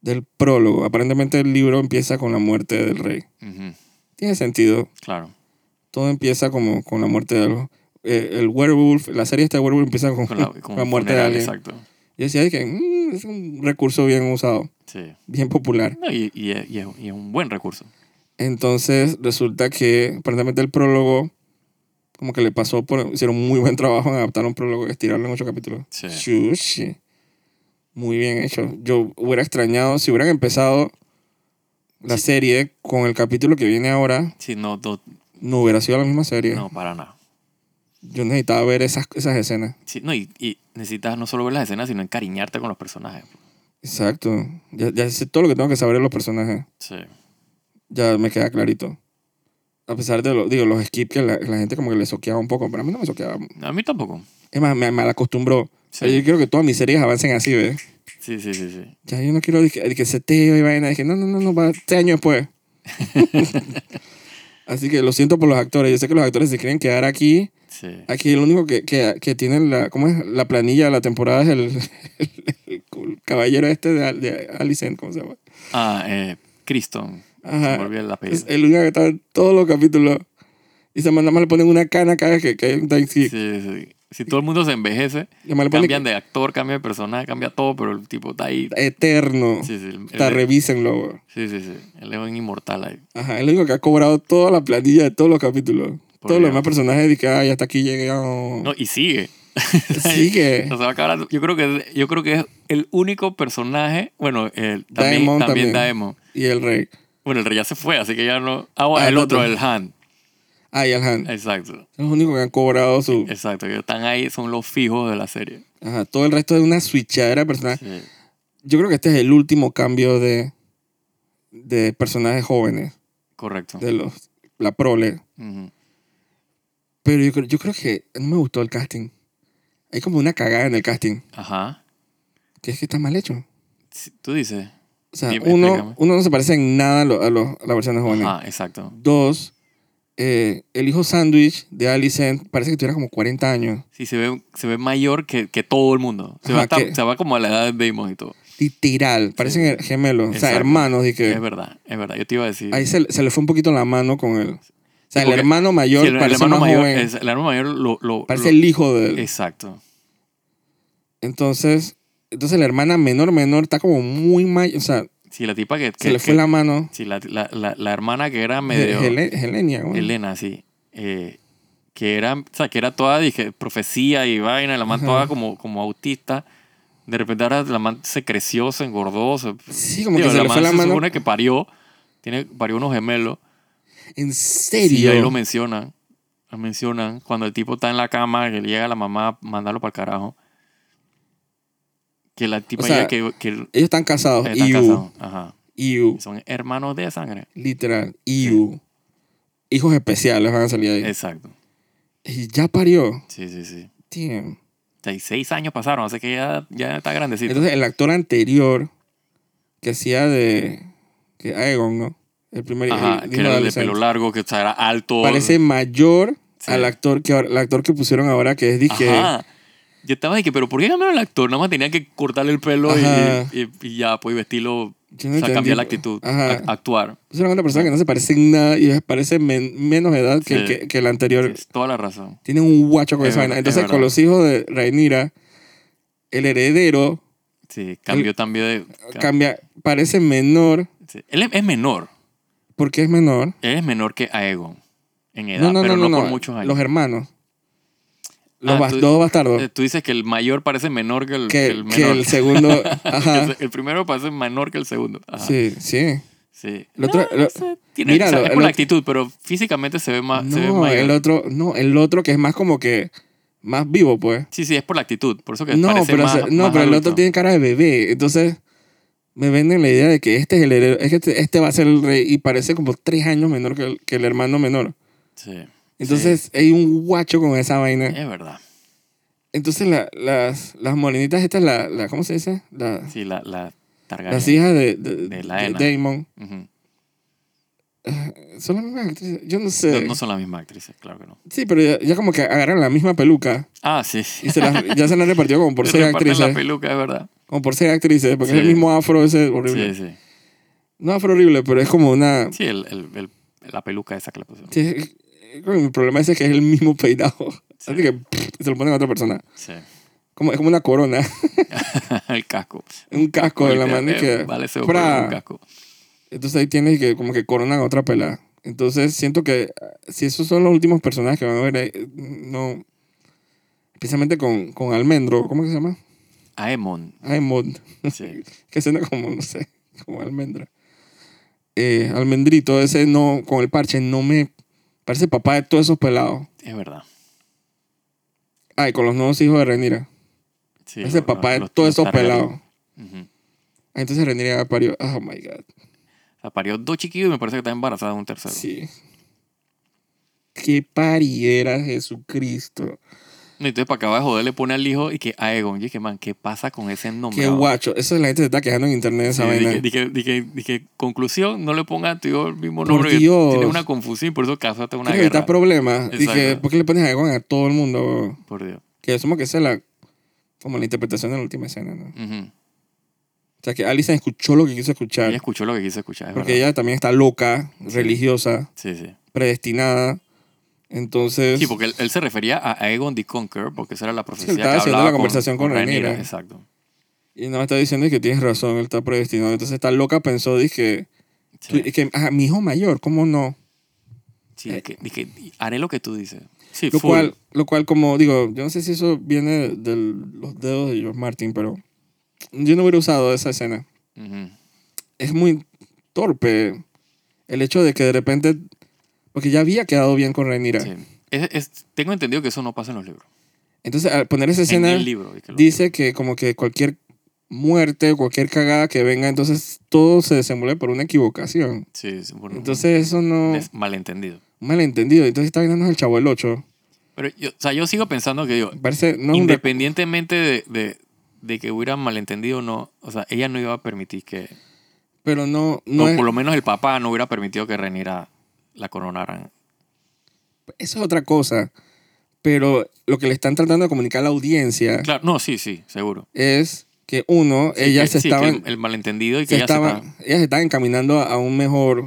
A: Del prólogo. Aparentemente el libro empieza con la muerte del rey.
B: Ujú.
A: Tiene sentido.
B: Claro.
A: Todo empieza como con la muerte de algo. Eh, el werewolf, la serie esta de werewolf empieza con,
B: Con
A: la,
B: la, con un
A: muerte de
B: funeral,
A: alguien.
B: Exacto.
A: Yo decía "Ay, que mm, es un recurso bien usado,
B: Sí.
A: bien popular.
B: No, y, y es- y es, y es un buen recurso.
A: Entonces resulta que aparentemente el prólogo como que le pasó por... Hicieron muy buen trabajo en adaptar un prólogo, estirarlo en ocho capítulos.
B: Sí.
A: Shushi. Muy bien hecho. Yo hubiera extrañado si hubieran empezado la serie con el capítulo que viene ahora,
B: Sí, no, no,
A: no hubiera sido la misma serie.
B: no, para nada.
A: Yo necesitaba ver esas, esas escenas.
B: Sí, no, y, y necesitas no solo ver las escenas, sino encariñarte con los personajes.
A: Exacto. Ya, ya sé todo lo que tengo que saber de los personajes.
B: Sí.
A: Ya me queda clarito. A pesar de lo, digo, los skips que la, la gente como que le soqueaba un poco, pero a mí no me soqueaba.
B: A mí tampoco.
A: Es más, me mal acostumbró.
B: Sí.
A: Yo quiero que todas mis series avancen así, ¿ves?
B: Sí, sí, sí, sí.
A: Ya yo no quiero de que, de que seteo y vaina. Dije, no, no, no, no, va este año después. así que lo siento por los actores. Yo sé que los actores se quieren quedar aquí.
B: Sí.
A: Aquí el único que, que, que tiene la, ¿cómo es? la planilla de la temporada es el, el- el caballero este de, Al- de Alicent, ¿cómo se llama?
B: Ah, eh, Criston. Se
A: Ajá.
B: me olvidó el apellido.
A: Es el único que está en todos los capítulos. Y se nada más le ponen una cana cada vez que, que hay un
B: Sí,
A: taxi.
B: sí. Si todo el mundo se envejece,
A: Nada más le ponen
B: cambian de actor, cambian de personaje, cambia todo, pero el tipo está ahí.
A: eterno.
B: Sí, sí. el-
A: Hasta
B: el-
A: revísenlo. bro.
B: Sí, sí, sí. El león inmortal ahí.
A: Ajá, es el único que ha cobrado toda la planilla de todos los capítulos.
B: Por
A: todos
B: Dios.
A: los demás personajes de que, ay, hasta aquí llegamos.
B: No, y sigue.
A: Sigue.
B: O sea, se va a acabar- yo, creo que, es- yo creo que es el único personaje. Bueno, el- también,
A: Daemon
B: también,
A: también.
B: Daemon.
A: Y el rey.
B: Bueno, el rey ya se fue, así que ya no. Ah, bueno,
A: Ah,
B: el
A: no,
B: otro,
A: no.
B: el Han.
A: Ay, Ah, el
B: Eh.
A: Han.
B: Exacto.
A: Son los únicos que han cobrado su...
B: Exacto. que Están ahí, son los fijos de la serie.
A: Ajá, todo el resto es una switchadera de personajes.
B: Sí.
A: Yo creo que este es el último cambio de, de personajes jóvenes.
B: Correcto.
A: De los... La prole.
B: Ujú.
A: Pero yo, creo- yo creo que no me gustó el casting. Hay como una cagada en el casting,
B: Ajá.
A: que es que está mal hecho.
B: Sí, Tú dices.
A: O sea,
B: Dime,
A: uno,
B: explícame.
A: uno no se parece en nada a, lo- a los- a la versión de jóvenes.
B: Ah, exacto.
A: Dos, eh, el hijo Sandwich de Alicent parece que tuviera como 40 años.
B: Sí, se ve, se ve mayor que, que todo el mundo. Se, va,
A: Ajá,
B: hasta-
A: que-
B: se va como a la edad de Damon y todo.
A: Literal, parecen gemelos, o sea,
B: Exacto.
A: hermanos. Y que
B: Es verdad, es verdad. Yo te iba a decir.
A: ahí se, se le fue un poquito la mano con él. O sea, el
B: porque-
A: hermano
B: Sí,
A: mayor
B: el, el
A: parece
B: hermano
A: más
B: mayor,
A: joven,
B: es- el hermano mayor lo. lo-
A: parece
B: lo-
A: el hijo de él.
B: Exacto.
A: Entonces, entonces la hermana menor menor está como muy mayor, o sea,
B: Sí, la tipa que.
A: se
B: que-
A: le fue
B: que-
A: la mano.
B: Sí, la, la- la- la hermana que era medio.
A: Hel- Helenia, güey.
B: Elena, sí. Eh, que era, o sea, que era toda, dije, profecía y vaina, la man
A: Ajá.
B: toda como, como autista. De repente ahora la man se creció, se engordó. Se,
A: Sí, como
B: Digo,
A: que se le
B: man
A: fue la
B: se
A: mano.
B: supone que parió. Tiene, parió unos gemelos.
A: En
B: Y
A: serio.
B: ahí lo mencionan. Lo mencionan. Cuando el tipo está en la cama, que le llega la mamá a mandarlo para el carajo. Que la tipa
A: sea,
B: ya que, que el-
A: Ellos están casados.
B: están
A: Iu,
B: casados. Ajá.
A: Iu,
B: Son hermanos de sangre.
A: literal. Iu. Hijos especiales van a salir ahí.
B: Exacto.
A: Y ya parió.
B: Sí, sí, sí.
A: Damn.
B: O sea, y seis años pasaron, así que ya, ya está grandecito.
A: Entonces, el actor anterior que hacía de. que Aegon, ¿no? El primer.
B: Ajá,
A: el
B: que
A: hijo
B: era el de
A: adolescente.
B: pelo largo, que o sea, era alto.
A: Parece mayor
B: Sí.
A: al actor que ahora- el actor que pusieron ahora, que es dije.
B: Ajá. Yo estaba de que, pero ¿por qué cambiaron el actor? Nada más tenían que cortarle el pelo y,
A: Ajá.
B: y- y ya, pues y vestirlo.
A: Yo
B: o
A: no
B: sea,
A: entendí.
B: cambiar la actitud,
A: Ajá.
B: a- actuar.
A: Pusieron a una persona que no se parece en nada y parece men- menos edad que,
B: Sí.
A: que, que el anterior.
B: Tienes toda la razón.
A: Tienen un guacho con
B: Es
A: esa
B: verdad,
A: vaina.
B: es
A: Entonces, con
B: verdad.
A: los hijos de Rhaenyra, el heredero
B: Sí, cambió también
A: eh,
B: de.
A: cambia, parece menor
B: sí. Él es- es menor.
A: porque es menor.
B: Él es menor que Aegon en edad,
A: No, no,
B: pero
A: no,
B: no,
A: no, no.
B: por muchos años.
A: Los hermanos. Los
B: Ah,
A: bas-
B: tú-
A: dos bastardos.
B: Eh, Tú dices que el mayor parece menor que el,
A: que,
B: que
A: que
B: el
A: el,
B: menor.
A: segundo.
B: Que
A: Ajá.
B: el- el primero parece menor que el segundo. Ajá.
A: Sí, sí.
B: Sí.
A: El otro-
B: No,
A: lo-
B: o sea, tiene-
A: mira,
B: o sea,
A: lo-
B: es
A: el
B: por la
A: otro-
B: actitud, pero físicamente se ve más. Ah, se ve
A: No,
B: mayor.
A: el otro, no, el otro que es más como que más vivo, pues.
B: Sí, sí, es por la actitud. Por eso que
A: No,
B: parece
A: pero,
B: más.
A: o sea, no,
B: más
A: pero el otro
B: adulto.
A: tiene cara de bebé. Entonces, me venden la idea de que este es el heredero, es que este, este va a ser el rey y parece como tres años menor que el, que el hermano menor.
B: Sí, Eh.
A: Entonces, hay un guacho con esa vaina.
B: es verdad.
A: Entonces, la- las, las morenitas, estas, la, la- ¿cómo se dice? La-
B: Sí, la, la Targaryen.
A: las hijas de, de,
B: De la
A: de
B: Ena.
A: Daemon.
B: Ujú.
A: Son las mismas actrices. Yo no
B: No-
A: sé.
B: No, son las mismas actrices, claro que no.
A: Sí, pero ya, ya como que agarran la misma peluca
B: Ah, sí.
A: y se las, ya se las repartió como por
B: Le
A: ser
B: reparten la
A: actrices.
B: peluca, es verdad.
A: Como por ser actrices, porque es el
B: Sí.
A: mismo afro ese horrible.
B: Sí, sí.
A: No afro horrible, pero es como una...
B: Sí, el, el- el- la peluca esa que le pusieron.
A: Sí, es- es como el problema ese es que es el mismo peinado.
B: Sí.
A: Así que pff, se lo ponen a otra persona.
B: Sí.
A: Como, es como una corona,
B: el casco.
A: un casco de la
B: Literal,
A: mano y
B: eh,
A: que...
B: Vale, ese
A: ¡pra!
B: un casco.
A: Entonces ahí tienes que como que coronan a otra pelada. Entonces siento que ah, si esos son los últimos personajes que van a ver, ahí, eh, no... Precisamente con, con Almendro, ¿cómo que se llama?
B: Aemon.
A: Aemond.
B: Sí.
A: que suena como, no sé, como almendra. Eh, almendrito, ese no, con el parche, no me. Parece papá de todos esos pelados.
B: Es verdad.
A: Ay, con los nuevos hijos de Renira.
B: Sí,
A: Ese
B: lo-
A: papá de
B: lo- los-
A: todos
B: los
A: esos
B: Targaryen.
A: pelados.
B: Ujú.
A: Ah, Entonces Renira parió. Oh my god.
B: O sea, parió dos chiquillos y me parece que está embarazada de un tercero.
A: Sí. Qué pariera Jesucristo.
B: No, Entonces, para acabar de joder, le pone al hijo y que Aegon. Y dije, man, ¿qué pasa con ese nombre?
A: Qué guacho. Eso es la gente se está quejando en internet de esa vaina.
B: dije, dije, dije, dije, conclusión, no le ponga a tu hijo el mismo
A: Por
B: nombre. que
A: Dios.
B: Tiene una confusión y por eso casaste una
A: Creo que
B: guerra.
A: está problemas.
B: Exacto.
A: Dije, ¿por qué le pones a Egon a todo el mundo? bro?
B: Por Dios.
A: Que asumo que esa es la, como la interpretación de la última escena, ¿no?
B: Ujú.
A: O sea, que Alison escuchó lo que quiso escuchar.
B: Ella escuchó lo que quiso escuchar. es
A: Porque
B: verdad.
A: ella también está loca, religiosa,
B: Sí, sí.
A: predestinada. Entonces,
B: Sí, porque él, él se refería a Aegon the Conqueror, porque esa era la profecía
A: él
B: que
A: estaba
B: hablaba
A: haciendo la conversación con
B: Rhaenyra.
A: Rhaenyra.
B: Exacto.
A: y no me está diciendo que tienes razón, él está predestinado. Entonces, está loca, pensó, dije, tú-
B: Sí.
A: y que, ajá, mi hijo mayor, ¿cómo no?
B: Sí, dije, dije, haré lo que tú dices. Sí,
A: eh, Lo
B: full.
A: cual, lo cual, como digo, yo no sé si eso viene de los dedos de George Martin, pero yo no hubiera usado esa escena.
B: Ujú.
A: es muy torpe el hecho de que de repente, porque ya había quedado bien con Rhaenyra.
B: Sí. Es- es- tengo entendido que eso no pasa en los libros.
A: Entonces, al poner esa
B: En
A: escena,
B: el libro. dije, lo-
A: dice que como que cualquier muerte, cualquier cagada que venga, entonces todo se desenvuelve por una equivocación.
B: Sí, sí, bueno,
A: Entonces, eso no...
B: es malentendido.
A: un malentendido. Entonces, está viendo el chavo el 8.
B: Pero yo, o sea, yo sigo pensando que digo,
A: Parece... No es un rec-
B: independientemente de, de- de que hubiera malentendido o no, o sea, ella no iba a permitir que,
A: Pero no, no
B: o
A: es-
B: por lo menos el papá no hubiera permitido que Renira la coronaran.
A: Eh. eso es otra cosa. Pero lo que le están tratando de comunicar a la audiencia
B: Claro, no, sí, sí, seguro.
A: es que uno,
B: Sí,
A: ellas
B: que-
A: se
B: sí, que
A: estaban,
B: el, el malentendido y que
A: se
B: ella
A: estaban, ellas se estaban encaminando a un mejor,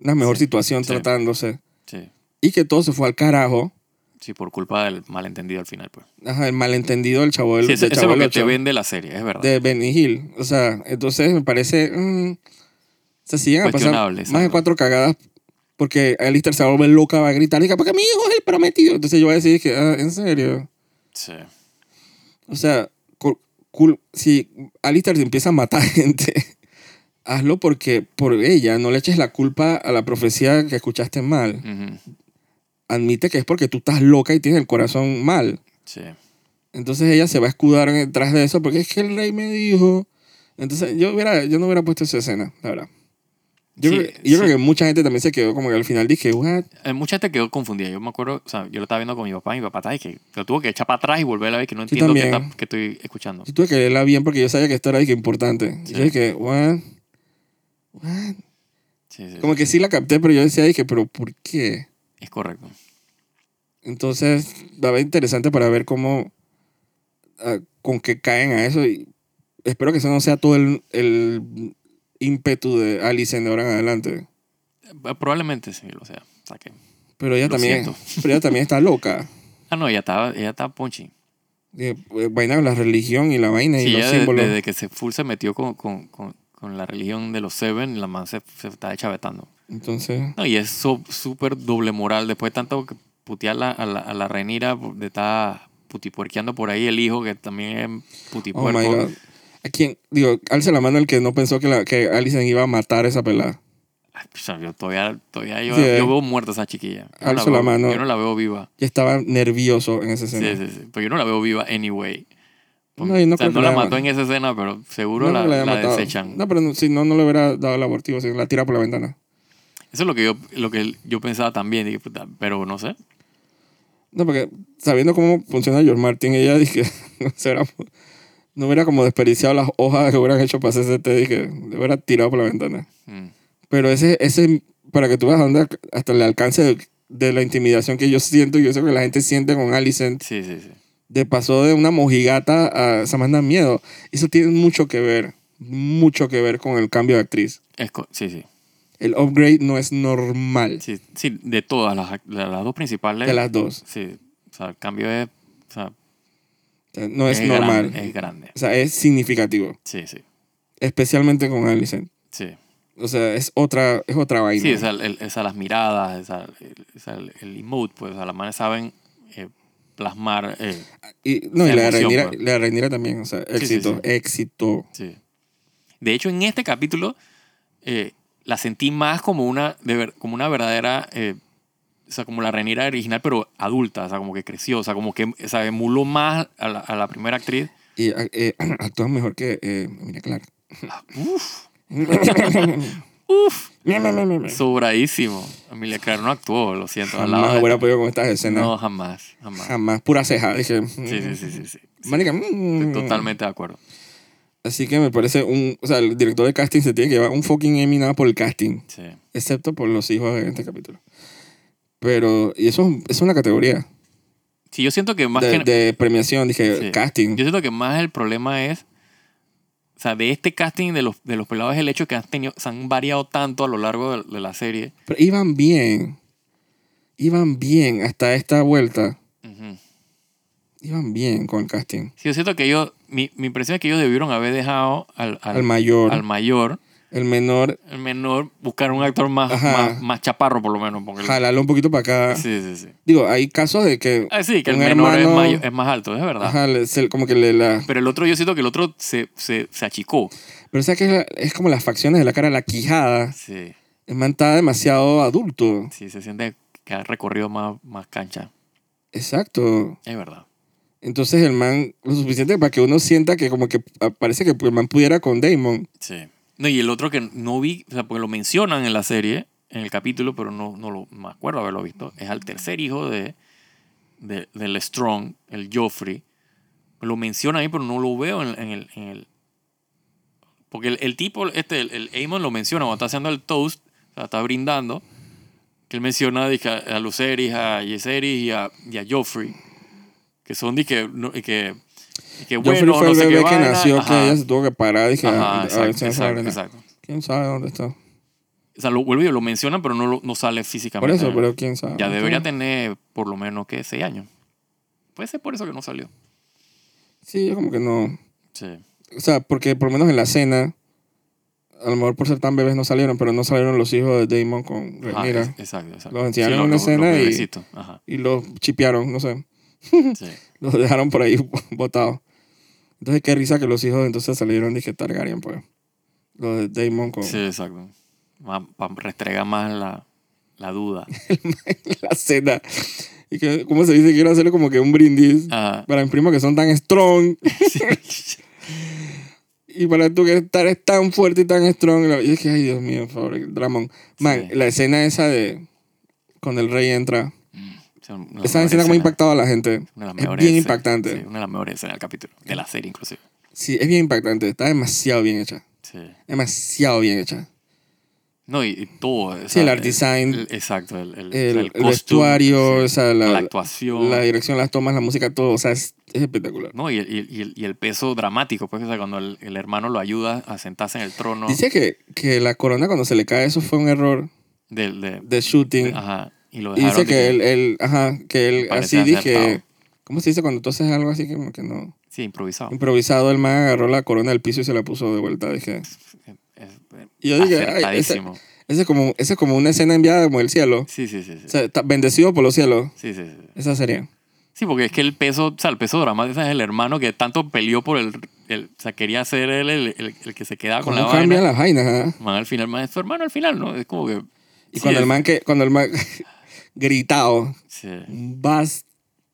A: una mejor
B: Sí,
A: situación
B: sí.
A: tratándose.
B: Sí,
A: Y que todo se fue al carajo.
B: sí, por culpa del malentendido al final. Pues.
A: Ajá, el malentendido del chavo del,
B: Sí, ese,
A: del
B: ese es
A: Chavo
B: lo
A: del
B: que te
A: Ocho,
B: vende la serie, es verdad.
A: de Benny Hill. O sea, entonces me parece. mm, o sea, si llegan a pasar
B: Cuestionable,
A: más de
B: exacto.
A: cuatro cagadas. Porque Alistair se va a volver loca, va a gritar, diga, porque mi hijo es el prometido. Entonces yo voy a decir que, ah, en serio.
B: Sí.
A: O sea, cul- cul- si Alistair se empieza a matar gente, hazlo porque por ella, no le eches la culpa a la profecía que escuchaste mal.
B: Ujú.
A: Admite que es porque tú estás loca y tienes el corazón mal.
B: Sí.
A: Entonces ella se va a escudar detrás de eso porque es que el rey me dijo. Entonces yo, hubiera, yo no hubiera puesto esa escena, la verdad. Yo,
B: Sí,
A: creo, que- yo
B: sí.
A: creo que mucha gente también se quedó como que al final dije, what?
B: Eh, Mucha gente quedó confundida. Yo me acuerdo, o sea, yo lo estaba viendo con mi papá y mi papá estaba que lo tuvo que echar para atrás y volver a ver que no entiendo qué,
A: también.
B: está- qué estoy escuchando.
A: Yo tuve que leerla bien porque yo sabía que esto era dije, importante.
B: Sí.
A: Y yo dije, what? What?
B: Sí, sí,
A: Como que sí la capté, pero yo decía, dije, pero ¿por qué?
B: es correcto.
A: Entonces, va a ser interesante para ver cómo, ah, con qué caen a eso. Y espero que eso no sea todo el, el ímpetu de Alice de ahora en adelante.
B: Eh, Probablemente sí lo sea. O sea que-
A: Pero ella,
B: Lo
A: también,
B: siento.
A: pero ella también está loca.
B: Ah, no, ella estaba, ella estaba ponchi.
A: Eh, eh, Vaina con la religión y la vaina
B: Sí,
A: y los
B: ella de-
A: símbolos.
B: desde que se full se metió con, con, con, con la religión de los Seven, la man se, se está chavetando.
A: Entonces,
B: No, y es so- súper doble moral. Después de tanto que putear la- a la, a la Renira, de estar putipuerqueando por ahí el hijo, que también es
A: oh my
B: putipuerco.
A: God. ¿A quién? Digo, alce la mano el que no pensó que, la, que Alison iba a matar a esa pelada.
B: Ay, pues, yo todavía, todavía yo,
A: Sí,
B: yo
A: eh.
B: veo muerta esa chiquilla. Yo no,
A: Alzo la
B: veo-
A: mano.
B: yo no la veo viva.
A: Ya estaba nervioso en esa
B: Sí,
A: escena.
B: sí, sí. Pero yo no la veo viva anyway.
A: No, y no
B: o sea,
A: creo que
B: no
A: la
B: la
A: hagan.
B: mató en esa escena, pero seguro
A: No,
B: la,
A: no la había
B: la
A: matado.
B: desechan.
A: No, pero no- si no, no le hubiera dado el abortivo, sino la tira por la ventana.
B: Eso es lo que yo, lo que yo pensaba también. Dije, puta, pero no sé.
A: No, porque sabiendo cómo funciona George Martin, ella dije, no, se hubiera- no hubiera como desperdiciado las hojas que hubieran hecho para hacer ese té, dije, le hubiera tirado por la ventana.
B: Mm.
A: Pero ese, ese para que tú veas dónde ac- hasta el alcance de, de la intimidación que yo siento, y yo sé que la gente siente con Alicent,
B: Sí, sí, sí.
A: de pasó de una mojigata a Samantha Miedo. Eso tiene mucho que ver, mucho que ver con el cambio de actriz.
B: Es co- sí, sí.
A: El upgrade no es normal
B: Sí, sí, de todas las, act- la- las dos principales.
A: de las dos.
B: Sí, o sea, el cambio es, o sea,
A: O sea, no es,
B: gran-
A: normal.
B: es grande.
A: O sea, es significativo,
B: Sí, sí,
A: especialmente con Alicent.
B: sí.
A: O sea, es otra, es otra vaina.
B: Sí, o sea, el- o sea, las miradas, o sea, el, o sea, el- el emote, pues, o sea, las manes saben eh, plasmar. eh,
A: y, no, y
B: la
A: la
B: emoción,
A: Rhaenyra,
B: pues.
A: la Rhaenyra también, o sea,
B: sí,
A: éxito,
B: sí.
A: éxito.
B: sí. De hecho, en este capítulo eh, la sentí más como una, de ver- como una verdadera, eh, o sea, como la Renira original, pero adulta, o sea, como que creció, o sea, como que o sea, emuló más a la, a la primera actriz.
A: Y a- eh, actúa mejor que eh, Emilia Clarke.
B: Uf,
A: Uf.
B: sobradísimo. Emilia Clarke no actuó, lo siento. al lado
A: Jamás
B: de-
A: hubiera podido con estas escenas.
B: No, jamás, jamás.
A: Jamás. Pura ceja. Dije.
B: Sí, sí, sí, sí. sí. Sí,
A: Marica,
B: estoy
A: mm.
B: Totalmente de acuerdo.
A: Así que me parece un. O sea, el director de casting se tiene que llevar un fucking Emmy nada por el casting.
B: Sí.
A: Excepto por los hijos en este capítulo. Pero. Y eso, eso es una categoría.
B: Sí, yo siento que más
A: De,
B: que...
A: de premiación. Dije,
B: Sí.
A: casting.
B: Yo siento que más el problema es, o sea, de este casting de los, de los pelados es el hecho que han tenido, se han variado tanto a lo largo de, de la serie.
A: Pero iban bien. Iban bien hasta esta vuelta.
B: Ujú.
A: Iban bien con el casting.
B: Sí, yo siento que ellos, mi, mi impresión es que ellos debieron haber dejado al, al-
A: Al mayor,
B: al mayor,
A: el menor,
B: el menor, buscar un actor más,
A: Ajá.
B: más, más chaparro por lo menos. Porque
A: jalarlo un poquito para acá.
B: Sí, sí, sí.
A: Digo, hay casos de que,
B: Ah, sí, que el
A: Un
B: menor es,
A: hermano-
B: mayo- es más alto, es verdad.
A: ajá, le- se- como que le la...
B: Pero el otro, yo siento que el otro se, se, se achicó.
A: Pero sabes que es, la- es como las facciones de la cara, la quijada.
B: Sí,
A: El man está demasiado adulto.
B: sí, se siente que ha recorrido más, más cancha.
A: Exacto.
B: Es verdad.
A: Entonces el man, lo suficiente para que uno sienta que como que ah, parece que el man pudiera con Damon.
B: Sí. No, y el otro que no vi, o sea, porque lo mencionan en la serie, en el capítulo, pero no, no lo me acuerdo haberlo visto, es al tercer hijo de, de- del Strong, el Joffrey. Lo mencionan ahí, pero no lo veo en, en el, en el- Porque el, el tipo, este, el, el Amon lo menciona cuando está haciendo el toast, o sea, está brindando, que él menciona dije, a a Luceris, a Yeseris y a, y a Joffrey, que son, dije, no, y que, y que
A: Joffrey
B: bueno,
A: fue
B: no
A: el
B: sé qué
A: bebé que
B: vaina.
A: nació, que
B: Ajá,
A: ella se tuvo que parar. Dije,
B: ajá,
A: a- a ver
B: exacto,
A: si no se
B: exacto,
A: arena.
B: exacto.
A: ¿Quién sabe dónde está?
B: O sea, lo vuelve y lo menciona, pero no, lo- no sale
A: Por
B: físicamente.
A: eso, pero quién sabe.
B: Ya debería tener por lo menos, ¿qué? Seis años. Puede ser por eso que no salió.
A: Sí, yo como que no.
B: Sí.
A: O sea, porque por lo menos en la cena, a lo mejor por ser tan bebés no salieron, pero no salieron los hijos de Damon con
B: Ajá,
A: Rhaenyra.
B: Ah, es- exacto, exacto.
A: Los Pues enseñaron en una
B: los- los
A: escena y-
B: bebecitos, Ajá,
A: Y los chipearon, no sé.
B: sí.
A: Los dejaron por ahí botados. Entonces, qué risa que los hijos entonces salieron, dije, Targaryen, pues. Los de Damon con
B: Sí, exacto. Para restregar más la, la duda.
A: la cena. Y que, ¿cómo se dice? Quiero hacerle como que un brindis
B: Ajá.
A: para mis primos que son tan strong.
B: Sí.
A: Y para tú que estar es tan fuerte y tan strong. Y yo dije, ay, Dios mío, por favor, Dramón. Man,
B: Sí.
A: la escena esa de cuando el rey entra.
B: Son una de las
A: esa
B: mejores
A: escena como ha
B: escenas.
A: impactado a la gente.
B: Una de las
A: es
B: mejores
A: bien
B: escenas.
A: impactante.
B: Sí, una de las mejores escenas del capítulo. De la serie, inclusive.
A: Sí, es bien impactante. Está demasiado bien hecha.
B: Sí.
A: Demasiado bien hecha.
B: No, y, y todo. o
A: Sí,
B: sea,
A: el art design,
B: el- exacto. El,
A: el,
B: el,
A: el,
B: costume,
A: vestuario,
B: sí,
A: o sea,
B: la,
A: la,
B: actuación.
A: la dirección, las tomas, la música, todo. O sea, es, es espectacular.
B: no, y, el- y el- y el, y el peso dramático, pues, o sea, cuando el, el hermano lo ayuda a sentarse en el trono
A: Dice que, que la corona cuando se le cae, eso fue un error
B: del de,
A: de shooting.
B: de- ajá, y lo
A: Y
B: dejaron
A: dice
B: de
A: que él, él- ajá, que él
B: Parecía
A: así dije,
B: acertado.
A: ¿cómo se dice cuando tú haces algo así que, como que no?
B: sí, improvisado.
A: Improvisado, el man agarró la corona del piso y se la puso de vuelta. Dije,
B: Es- es-
A: Y yo dije, ay,
B: acertadísimo.
A: esa es como, esa es como una escena enviada como el cielo.
B: Sí, sí, sí. sí.
A: O sea, está bendecido por los cielos.
B: Sí, sí, sí.
A: Esa sería.
B: Sí, porque es que el peso, o sea, el peso dramático ese es el hermano que tanto peleó por el. el- o sea, quería ser él el, el- el que se quedaba Ah, con la
A: ¿Cómo cambian
B: vaina.
A: las vainas? ah?
B: Man, al final, man, es tu hermano al final, ¿no? Es como que.
A: Y
B: Sí,
A: cuando
B: es-
A: el man que, cuando el man gritado,
B: sí.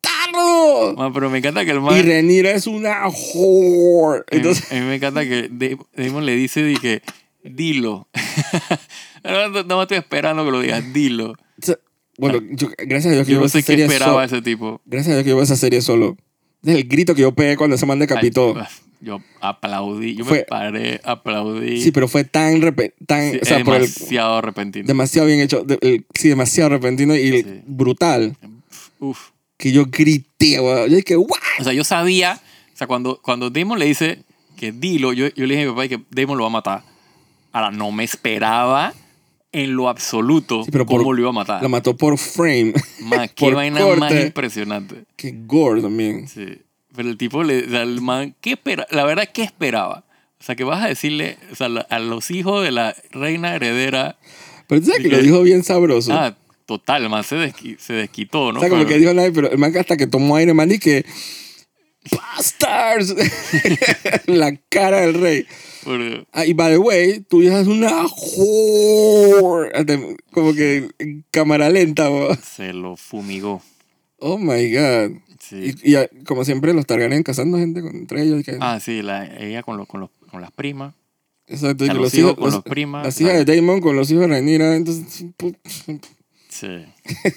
A: ¡bastardo!
B: Man, pero me encanta que el man.
A: Y Renira es una whore.
B: a mí-
A: Entonces,
B: Em, a mí me encanta que Da- Damon le dice, dije, dilo. no, no, no estoy esperando que lo digas, dilo.
A: o sea, bueno, yo- gracias a Dios que yo,
B: Yo no
A: veo
B: sé
A: esa
B: qué
A: serie so-
B: esperaba ese tipo.
A: Gracias a Dios que yo veo esa serie solo. Es el grito que yo pegué cuando ese man decapitó.
B: Ay, Yo aplaudí, yo me
A: Fue-
B: paré, aplaudí.
A: Sí, pero fue tan, repe- tan
B: Sí,
A: o sea, por el-
B: demasiado repentino.
A: demasiado bien hecho, de- el- sí, demasiado repentino y
B: Sí.
A: brutal,
B: Uf.
A: que yo grité, weón. Yo dije, "What?".
B: O sea, yo sabía, o sea, cuando, cuando Damon le dice que dilo, yo, yo le dije a mi papá que Damon lo va a matar. Ahora, no me esperaba en lo absoluto
A: Sí, pero por-
B: cómo lo iba a matar.
A: Lo mató por frame.
B: Man, Ah. qué
A: por
B: vaina más
A: corte.
B: impresionante.
A: Qué gore también.
B: Sí. Pero el tipo, le, o sea, el man, ¿qué espera? La verdad, ¿qué esperaba? O sea, que vas a decirle o sea, la- a los hijos de la reina heredera.
A: Pero tú sabes que
B: Dije-
A: lo dijo bien sabroso.
B: Ah, total, man, se, desqui- se desquitó, ¿no?
A: o sea, como
B: Pero-
A: que dijo nadie, pero el man que hasta que tomó aire, man, y que... ¡Bastards! La cara del rey.
B: pero-
A: Ah, y by the way, tu hija es una whore. Ate- Como que en cámara lenta, bo.
B: se lo fumigó.
A: Oh my god.
B: Sí.
A: Y, y, ah, como siempre, los Targaryen cazando gente con- entre ellos. que-
B: Ah, sí, la, ella con, los- con, los- con las primas.
A: exacto. y
B: a
A: que
B: los hijos con los primas, ah.
A: Las hijas de Damon con los hijos de Rhaenyra. Entonces, pu-
B: Sí.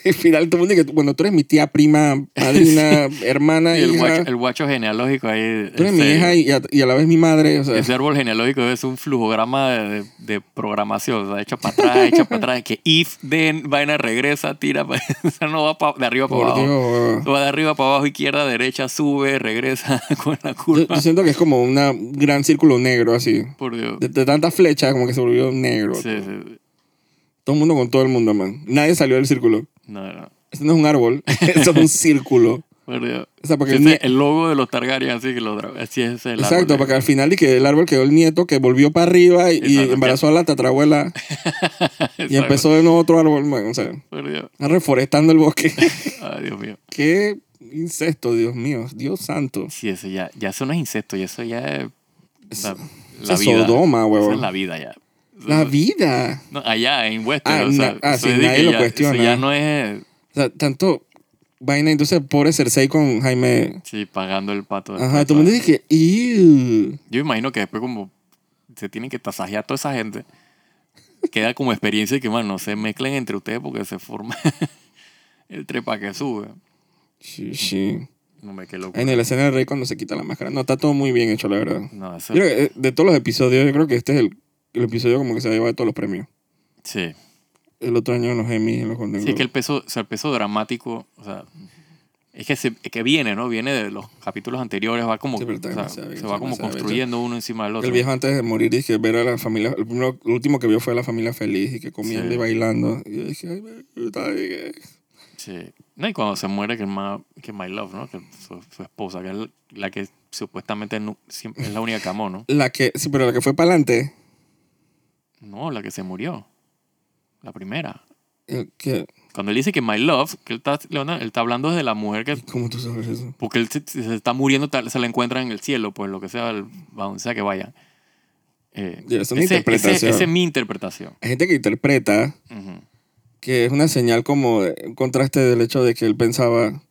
A: al final todo el mundo dice que, bueno, tú eres mi tía, prima, madrina,
B: Y
A: hermana,
B: el
A: hija.
B: guacho, el guacho genealógico ahí.
A: tú eres mi
B: ese-
A: hija y a, y a la vez mi madre. O sea,
B: Ese árbol genealógico es un flujograma de, de- de programación. O sea, hecho para atrás, hecho para atrás. Que if, then, vaina regresa, tira. Para, o sea, no va pa- de arriba para
A: por
B: abajo.
A: Dios.
B: Va de arriba para abajo, izquierda, derecha, sube, regresa con la
A: Yo,
B: curva.
A: yo siento que es como una- un gran círculo negro así.
B: Por Dios.
A: De, de tantas flechas, como que se volvió negro.
B: Sí, sí.
A: Todo el mundo con todo el mundo, man. Nadie salió del círculo.
B: No, no.
A: Esto no es un árbol, esto es un círculo.
B: Por Dios.
A: O sea, porque
B: Ese
A: el nie-
B: es el logo de los Targaryen, así que los, dra- así es el árbol
A: Exacto,
B: de-
A: porque al final y que el árbol quedó el nieto que volvió para arriba y, y
B: Exacto,
A: embarazó a la tatarabuela y
B: Exacto.
A: empezó de nuevo otro árbol, man. O sea,
B: Por Dios.
A: está reforestando el bosque.
B: Ay, Dios mío.
A: Qué incesto, Dios mío, Dios santo.
B: Sí, eso ya, ya eso no es incesto, y eso ya es
A: Es-
B: la,
A: es
B: la vida.
A: Sodoma,
B: Eso es
A: huevón.
B: la vida ya. Eso-
A: La vida.
B: no, allá en Westeros.
A: Ah,
B: o sea,
A: na- ah,
B: eso
A: sí,
B: es de
A: nadie
B: que
A: lo
B: ya,
A: cuestiona.
B: Eso ya no es
A: O sea, tanto vaina. Entonces, pobre Cersei con Jaime.
B: sí, pagando el pato. del
A: Ajá,
B: pato.
A: todo el mundo dice que, "Ew".
B: Yo imagino que después como se tienen que tasajear toda esa gente. Queda como experiencia de que, man, no se mezclen entre ustedes porque se forma el trepa que sube.
A: Sí, sí.
B: No me qué locura.
A: En la escena del rey cuando se quita la máscara. No, está todo muy bien hecho, la verdad.
B: No, eso.
A: Yo creo que, eh, de todos los episodios, yo creo que este es el, el episodio como que se ha llevado todos los premios.
B: Sí.
A: El otro año en los Emmy, en los Golden
B: Sí, es que
A: Globes.
B: el peso, o sea, el peso dramático, o sea, es que, se- es que viene, ¿no? Viene de los capítulos anteriores, va como,
A: Sí, pero está
B: o sea,
A: demasiado bien,
B: se va
A: está
B: como
A: demasiado bien.
B: construyendo uno encima del
A: el,
B: otro.
A: viejo antes de morir dice que ver a la familia, el, primero- el último que vio fue a la familia feliz y que comiendo
B: Sí.
A: y bailando. Y yo dije, ay, me- está bien.
B: Sí. No, y cuando se muere, que es ma- que My Love, ¿no? Que su, su esposa, que es la- la que supuestamente nu- siempre es la única que amó, ¿no?
A: La que, sí, pero la que fue para adelante,
B: No, la que se murió. La primera.
A: el que,
B: Cuando él dice que My Love, que él está, Leona, él está hablando de la mujer que.
A: ¿cómo tú sabes eso?
B: Porque él se, se está muriendo, tal- se la encuentra en el cielo, pues lo que sea, el- a donde sea que vaya. Eh,
A: Ya, es una
B: ese- ese-
A: interpretación.
B: esa es mi interpretación.
A: Hay gente que interpreta
B: Ujú.
A: que es una señal como de- un contraste del hecho de que él pensaba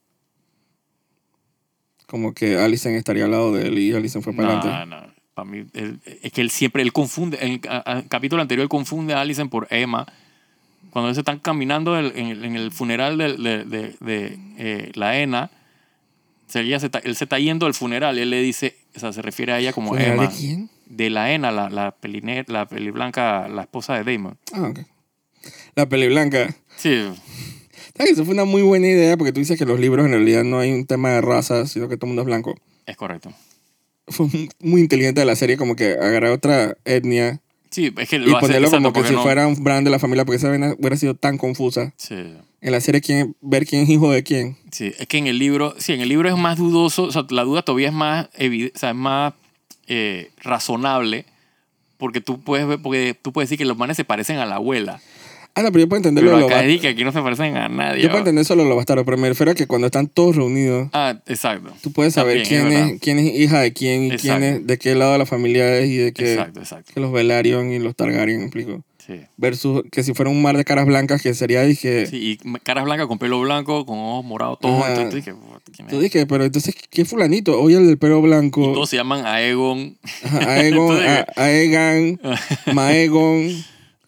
A: como que Allison estaría al lado de él y Allison fue para adelante.
B: No, no. Para mí, él- es que él siempre, él confunde, en el ca- a- capítulo anterior él confunde a Allison por Emma. Cuando ellos están caminando el- en, el- en el funeral del- de, de- de, eh, la ENA, se- ella se está- él se está yendo al funeral y él le dice, o sea, se refiere a ella como
A: ¿Funeral
B: Emma.
A: de quién?
B: De la ENA, la, la, peline- la peliblanca, la esposa de Damon.
A: Ah, ok. La peli blanca.
B: Sí,
A: ¿Sabes? Eso fue una muy buena idea porque tú dices que los libros en realidad no hay un tema de raza, sino que todo el mundo es blanco.
B: es correcto.
A: Fue mu- muy inteligente de la serie como que agarrar otra etnia
B: Sí, es que
A: y
B: lo hace
A: ponerlo
B: exacto,
A: como que
B: porque
A: si
B: no-
A: fuera un brand de la familia porque esa vaina hubiera sido tan confusa.
B: Sí.
A: En la serie quién, ver quién es hijo de quién.
B: Sí, es que en el libro, sí, en el libro es más dudoso, o sea, la duda todavía es más, evi- o sea, es más eh, razonable, porque tú puedes ver, porque tú puedes decir que los manes se parecen a la abuela,
A: Ah, no, pero yo puedo entender
B: pero
A: lo de los
B: acá
A: bastardos.
B: es que aquí no se parecen a nadie.
A: Yo puedo
B: ¿va?
A: entender solo los bastardos, pero me refiero a que cuando están todos reunidos,
B: Ah, exacto,
A: tú puedes saber
B: También, es
A: quién, es,
B: verdad.
A: quién es hija de quién y quién
B: Exacto.
A: es, de qué lado de la familia es y de qué
B: exacto, exacto.
A: que los Velaryon y los Targaryen, me explico.
B: Sí.
A: Versus que si fuera un mar de caras blancas, que sería, dije,
B: Sí, y caras blancas con pelo blanco, con ojos morados, todo.
A: Ajá.
B: Entonces, tú dices, ¿quién es? este?"
A: Tú dije, pero entonces, ¿qué fulanito? Oye, el del pelo
B: Y
A: blanco,
B: todos se llaman Aegon.
A: ajá, Aegon,
B: Entonces,
A: A- Aegan, Maegon,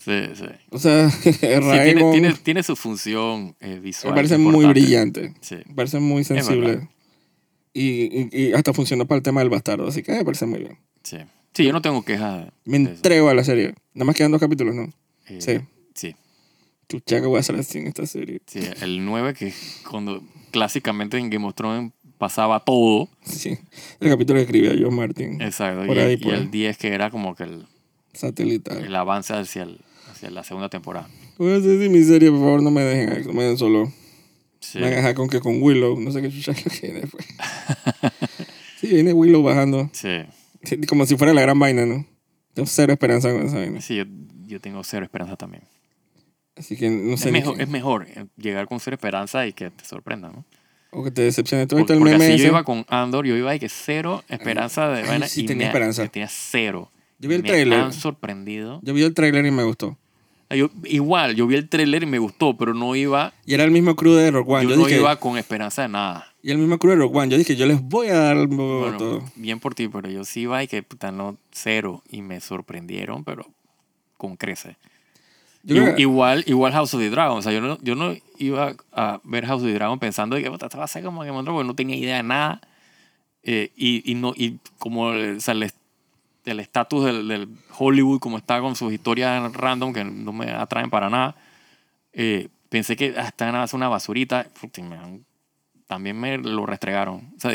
B: Sí, sí.
A: o sea,
B: Sí, tiene,
A: Raegon.
B: tiene, tiene su función eh, visual.
A: me parece muy
B: importante.
A: brillante,
B: Sí.
A: me parece muy sensible.
B: verdad.
A: Y, y- y hasta funcionó para el tema del bastardo, así que me parece muy bien.
B: Sí. Sí, yo no tengo quejas.
A: Me
B: de eso.
A: entrego a la serie. Nada más quedan dos capítulos, ¿no?
B: Eh,
A: Sí.
B: Sí.
A: Chucha, que voy a hacer así en esta serie.
B: Sí, el 9 que es cuando clásicamente en Game of Thrones pasaba todo.
A: Sí. El capítulo que escribió yo, Martin.
B: Exacto.
A: Por
B: y,
A: ahí,
B: y
A: pues.
B: el 10 que era como que el,
A: Satelital.
B: el avance hacia, el- hacia la segunda temporada.
A: Voy a hacer así mi serie, por favor, no me dejen, no me den solo.
B: Sí.
A: Me van a dejar con que con Willow. No sé qué chucha es lo que viene después. sí, viene Willow bajando.
B: Sí,
A: Sí, Como si fuera la gran vaina, ¿no? Tengo cero esperanza con esa vaina.
B: Sí, yo, yo tengo cero esperanza también.
A: Así que no sé.
B: es,
A: ni
B: mejor,
A: qué-
B: es mejor eh, llegar con cero esperanza y que te sorprendan. ¿no?
A: O que te decepcione. Tú
B: Porque,
A: viste el
B: porque
A: meme
B: así
A: ese?
B: yo iba con Andor, yo iba y que cero esperanza de
A: Ay,
B: vaina.
A: sí
B: y
A: tenía
B: me-
A: esperanza.
B: yo tenía cero.
A: Yo vi el
B: me
A: tráiler.
B: han sorprendido.
A: Yo vi el trailer y me gustó.
B: Yo- igual, yo vi el trailer y me gustó, pero no iba,
A: Y era el mismo crew de Rock One.
B: yo
A: Yo
B: no
A: dije,
B: iba con esperanza de nada.
A: Y el mismo crew de Rock One. Yo dije, yo les voy a dar el
B: Bueno,
A: voto.
B: bien por ti, pero yo sí iba y que puta, no cero y me sorprendieron, pero con creces.
A: Yo
B: Igu-
A: creo que-
B: igual, igual House of the Dragon, o sea, yo no, yo no iba a ver House of the Dragon pensando de que puta, esto va a ser como Game of Thrones", porque no tenía idea de nada. Eh, y, y no, y como o sea, el est- el estatus del, del Hollywood, como está con sus historias random que no me atraen para nada, eh, pensé que hasta nada es una basurita. Puta, y me han- también me lo restregaron. O sea,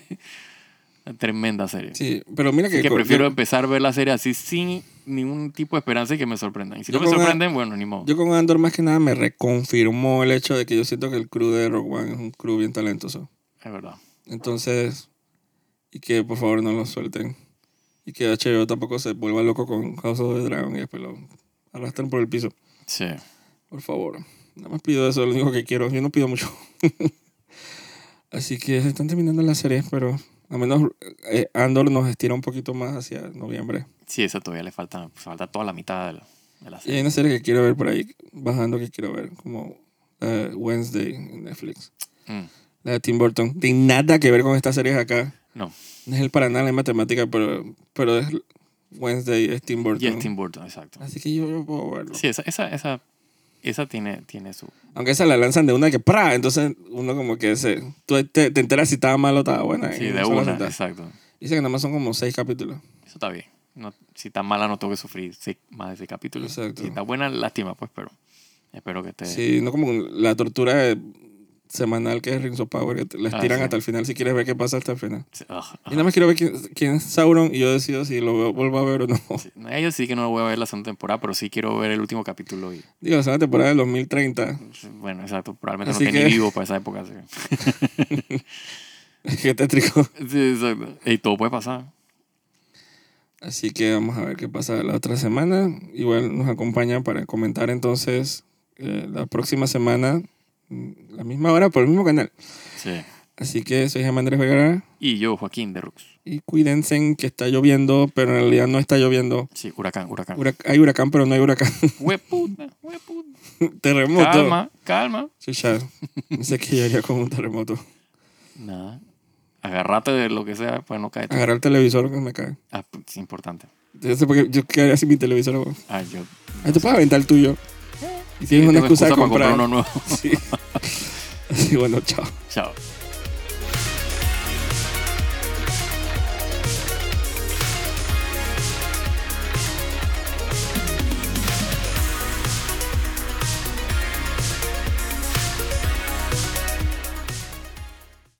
B: tremenda serie.
A: Sí, pero mira que...
B: Así que
A: co-
B: prefiero
A: yo,
B: empezar a ver la serie así sin ningún tipo de esperanza y que me sorprendan. Y si
A: Yo
B: no me
A: con-
B: sorprenden, bueno, ni modo.
A: yo con Andor más que nada me reconfirmó el hecho de que yo siento que el crew de Rock One es un crew bien talentoso.
B: Es verdad.
A: Entonces, y que por favor no lo suelten. Y que HBO tampoco se vuelva loco con House of the Dragon y después lo arrastran por el piso.
B: Sí.
A: Por favor. Nada más pido eso, lo único que quiero. Yo no pido mucho. Así que se están terminando las series, pero al menos eh, Andor nos estira un poquito más hacia noviembre.
B: Sí, eso todavía le falta, pues, falta toda la mitad de la, de la
A: Y hay
B: serie.
A: una serie que quiero ver por ahí, bajando que quiero ver, como eh, Wednesday en Netflix.
B: Mm.
A: La de Tim Burton. Tiene nada que ver con estas series acá.
B: No.
A: No es el para nada en matemática, pero, pero es Wednesday, es Tim Burton.
B: Y es Tim Burton, exacto.
A: Así que yo, yo puedo verlo.
B: Sí, esa, esa, esa esa tiene, tiene su...
A: Aunque esa la lanzan de una que ¡pra! Entonces uno como que se, tú te, te enteras si estaba mal o estaba buena.
B: Sí,
A: en
B: de
A: sola
B: una,
A: sentada.
B: exacto.
A: Dicen que nada más son como seis capítulos.
B: Eso está bien. No, si está mala no tengo que sufrir seis- más de seis capítulos.
A: Exacto.
B: Si está buena, lástima, pues, pero espero que esté...
A: Sí, no como la tortura eh, semanal que es Rings of Power, que te- la
B: Ah,
A: estiran
B: sí.
A: hasta el final si quieres ver qué pasa hasta el final.
B: Sí, ah,
A: Y nada más quiero ver quién, quién es Sauron y yo decido si lo veo- vuelvo a ver o no.
B: ah, sí. No, Yo sí que no voy a ver la segunda temporada, pero sí quiero ver el último capítulo y...
A: Digo, la segunda temporada del 2030,
B: pues, Bueno, exacto. Probablemente
A: Así
B: no esté
A: que-
B: ni vivo para esa época. así que-
A: qué tétrico.
B: Sí, exacto. Y todo puede pasar.
A: Así que vamos a ver qué pasa la otra semana. Igual nos acompaña para comentar entonces eh, la próxima semana, mm, la misma hora, por el mismo canal.
B: Sí.
A: Así que soy Jaime Andrés Vergara
B: Y yo, Joaquín de Rux.
A: y cuídense en que está lloviendo, pero en realidad no está lloviendo.
B: Sí, huracán, huracán.
A: Hurac- hay huracán, pero no hay huracán.
B: Hueputa, hueputa.
A: Terremoto.
B: Calma, calma.
A: Chucha, no sé qué yo haría con un terremoto.
B: Nada. Agárrate de lo que sea para no caerte.
A: Agarrar el televisor que me cae.
B: Ah, pues, es importante.
A: Yo sé porque yo quedaría sin mi televisor. weón.
B: Ah, yo.
A: Ah, tú puedes aventar el tuyo. Y
B: yo
A: tienes una
B: tengo
A: excusa de
B: para
A: comprar.
B: comprar uno nuevo.
A: Sí. Así, bueno, chao.
B: Chao.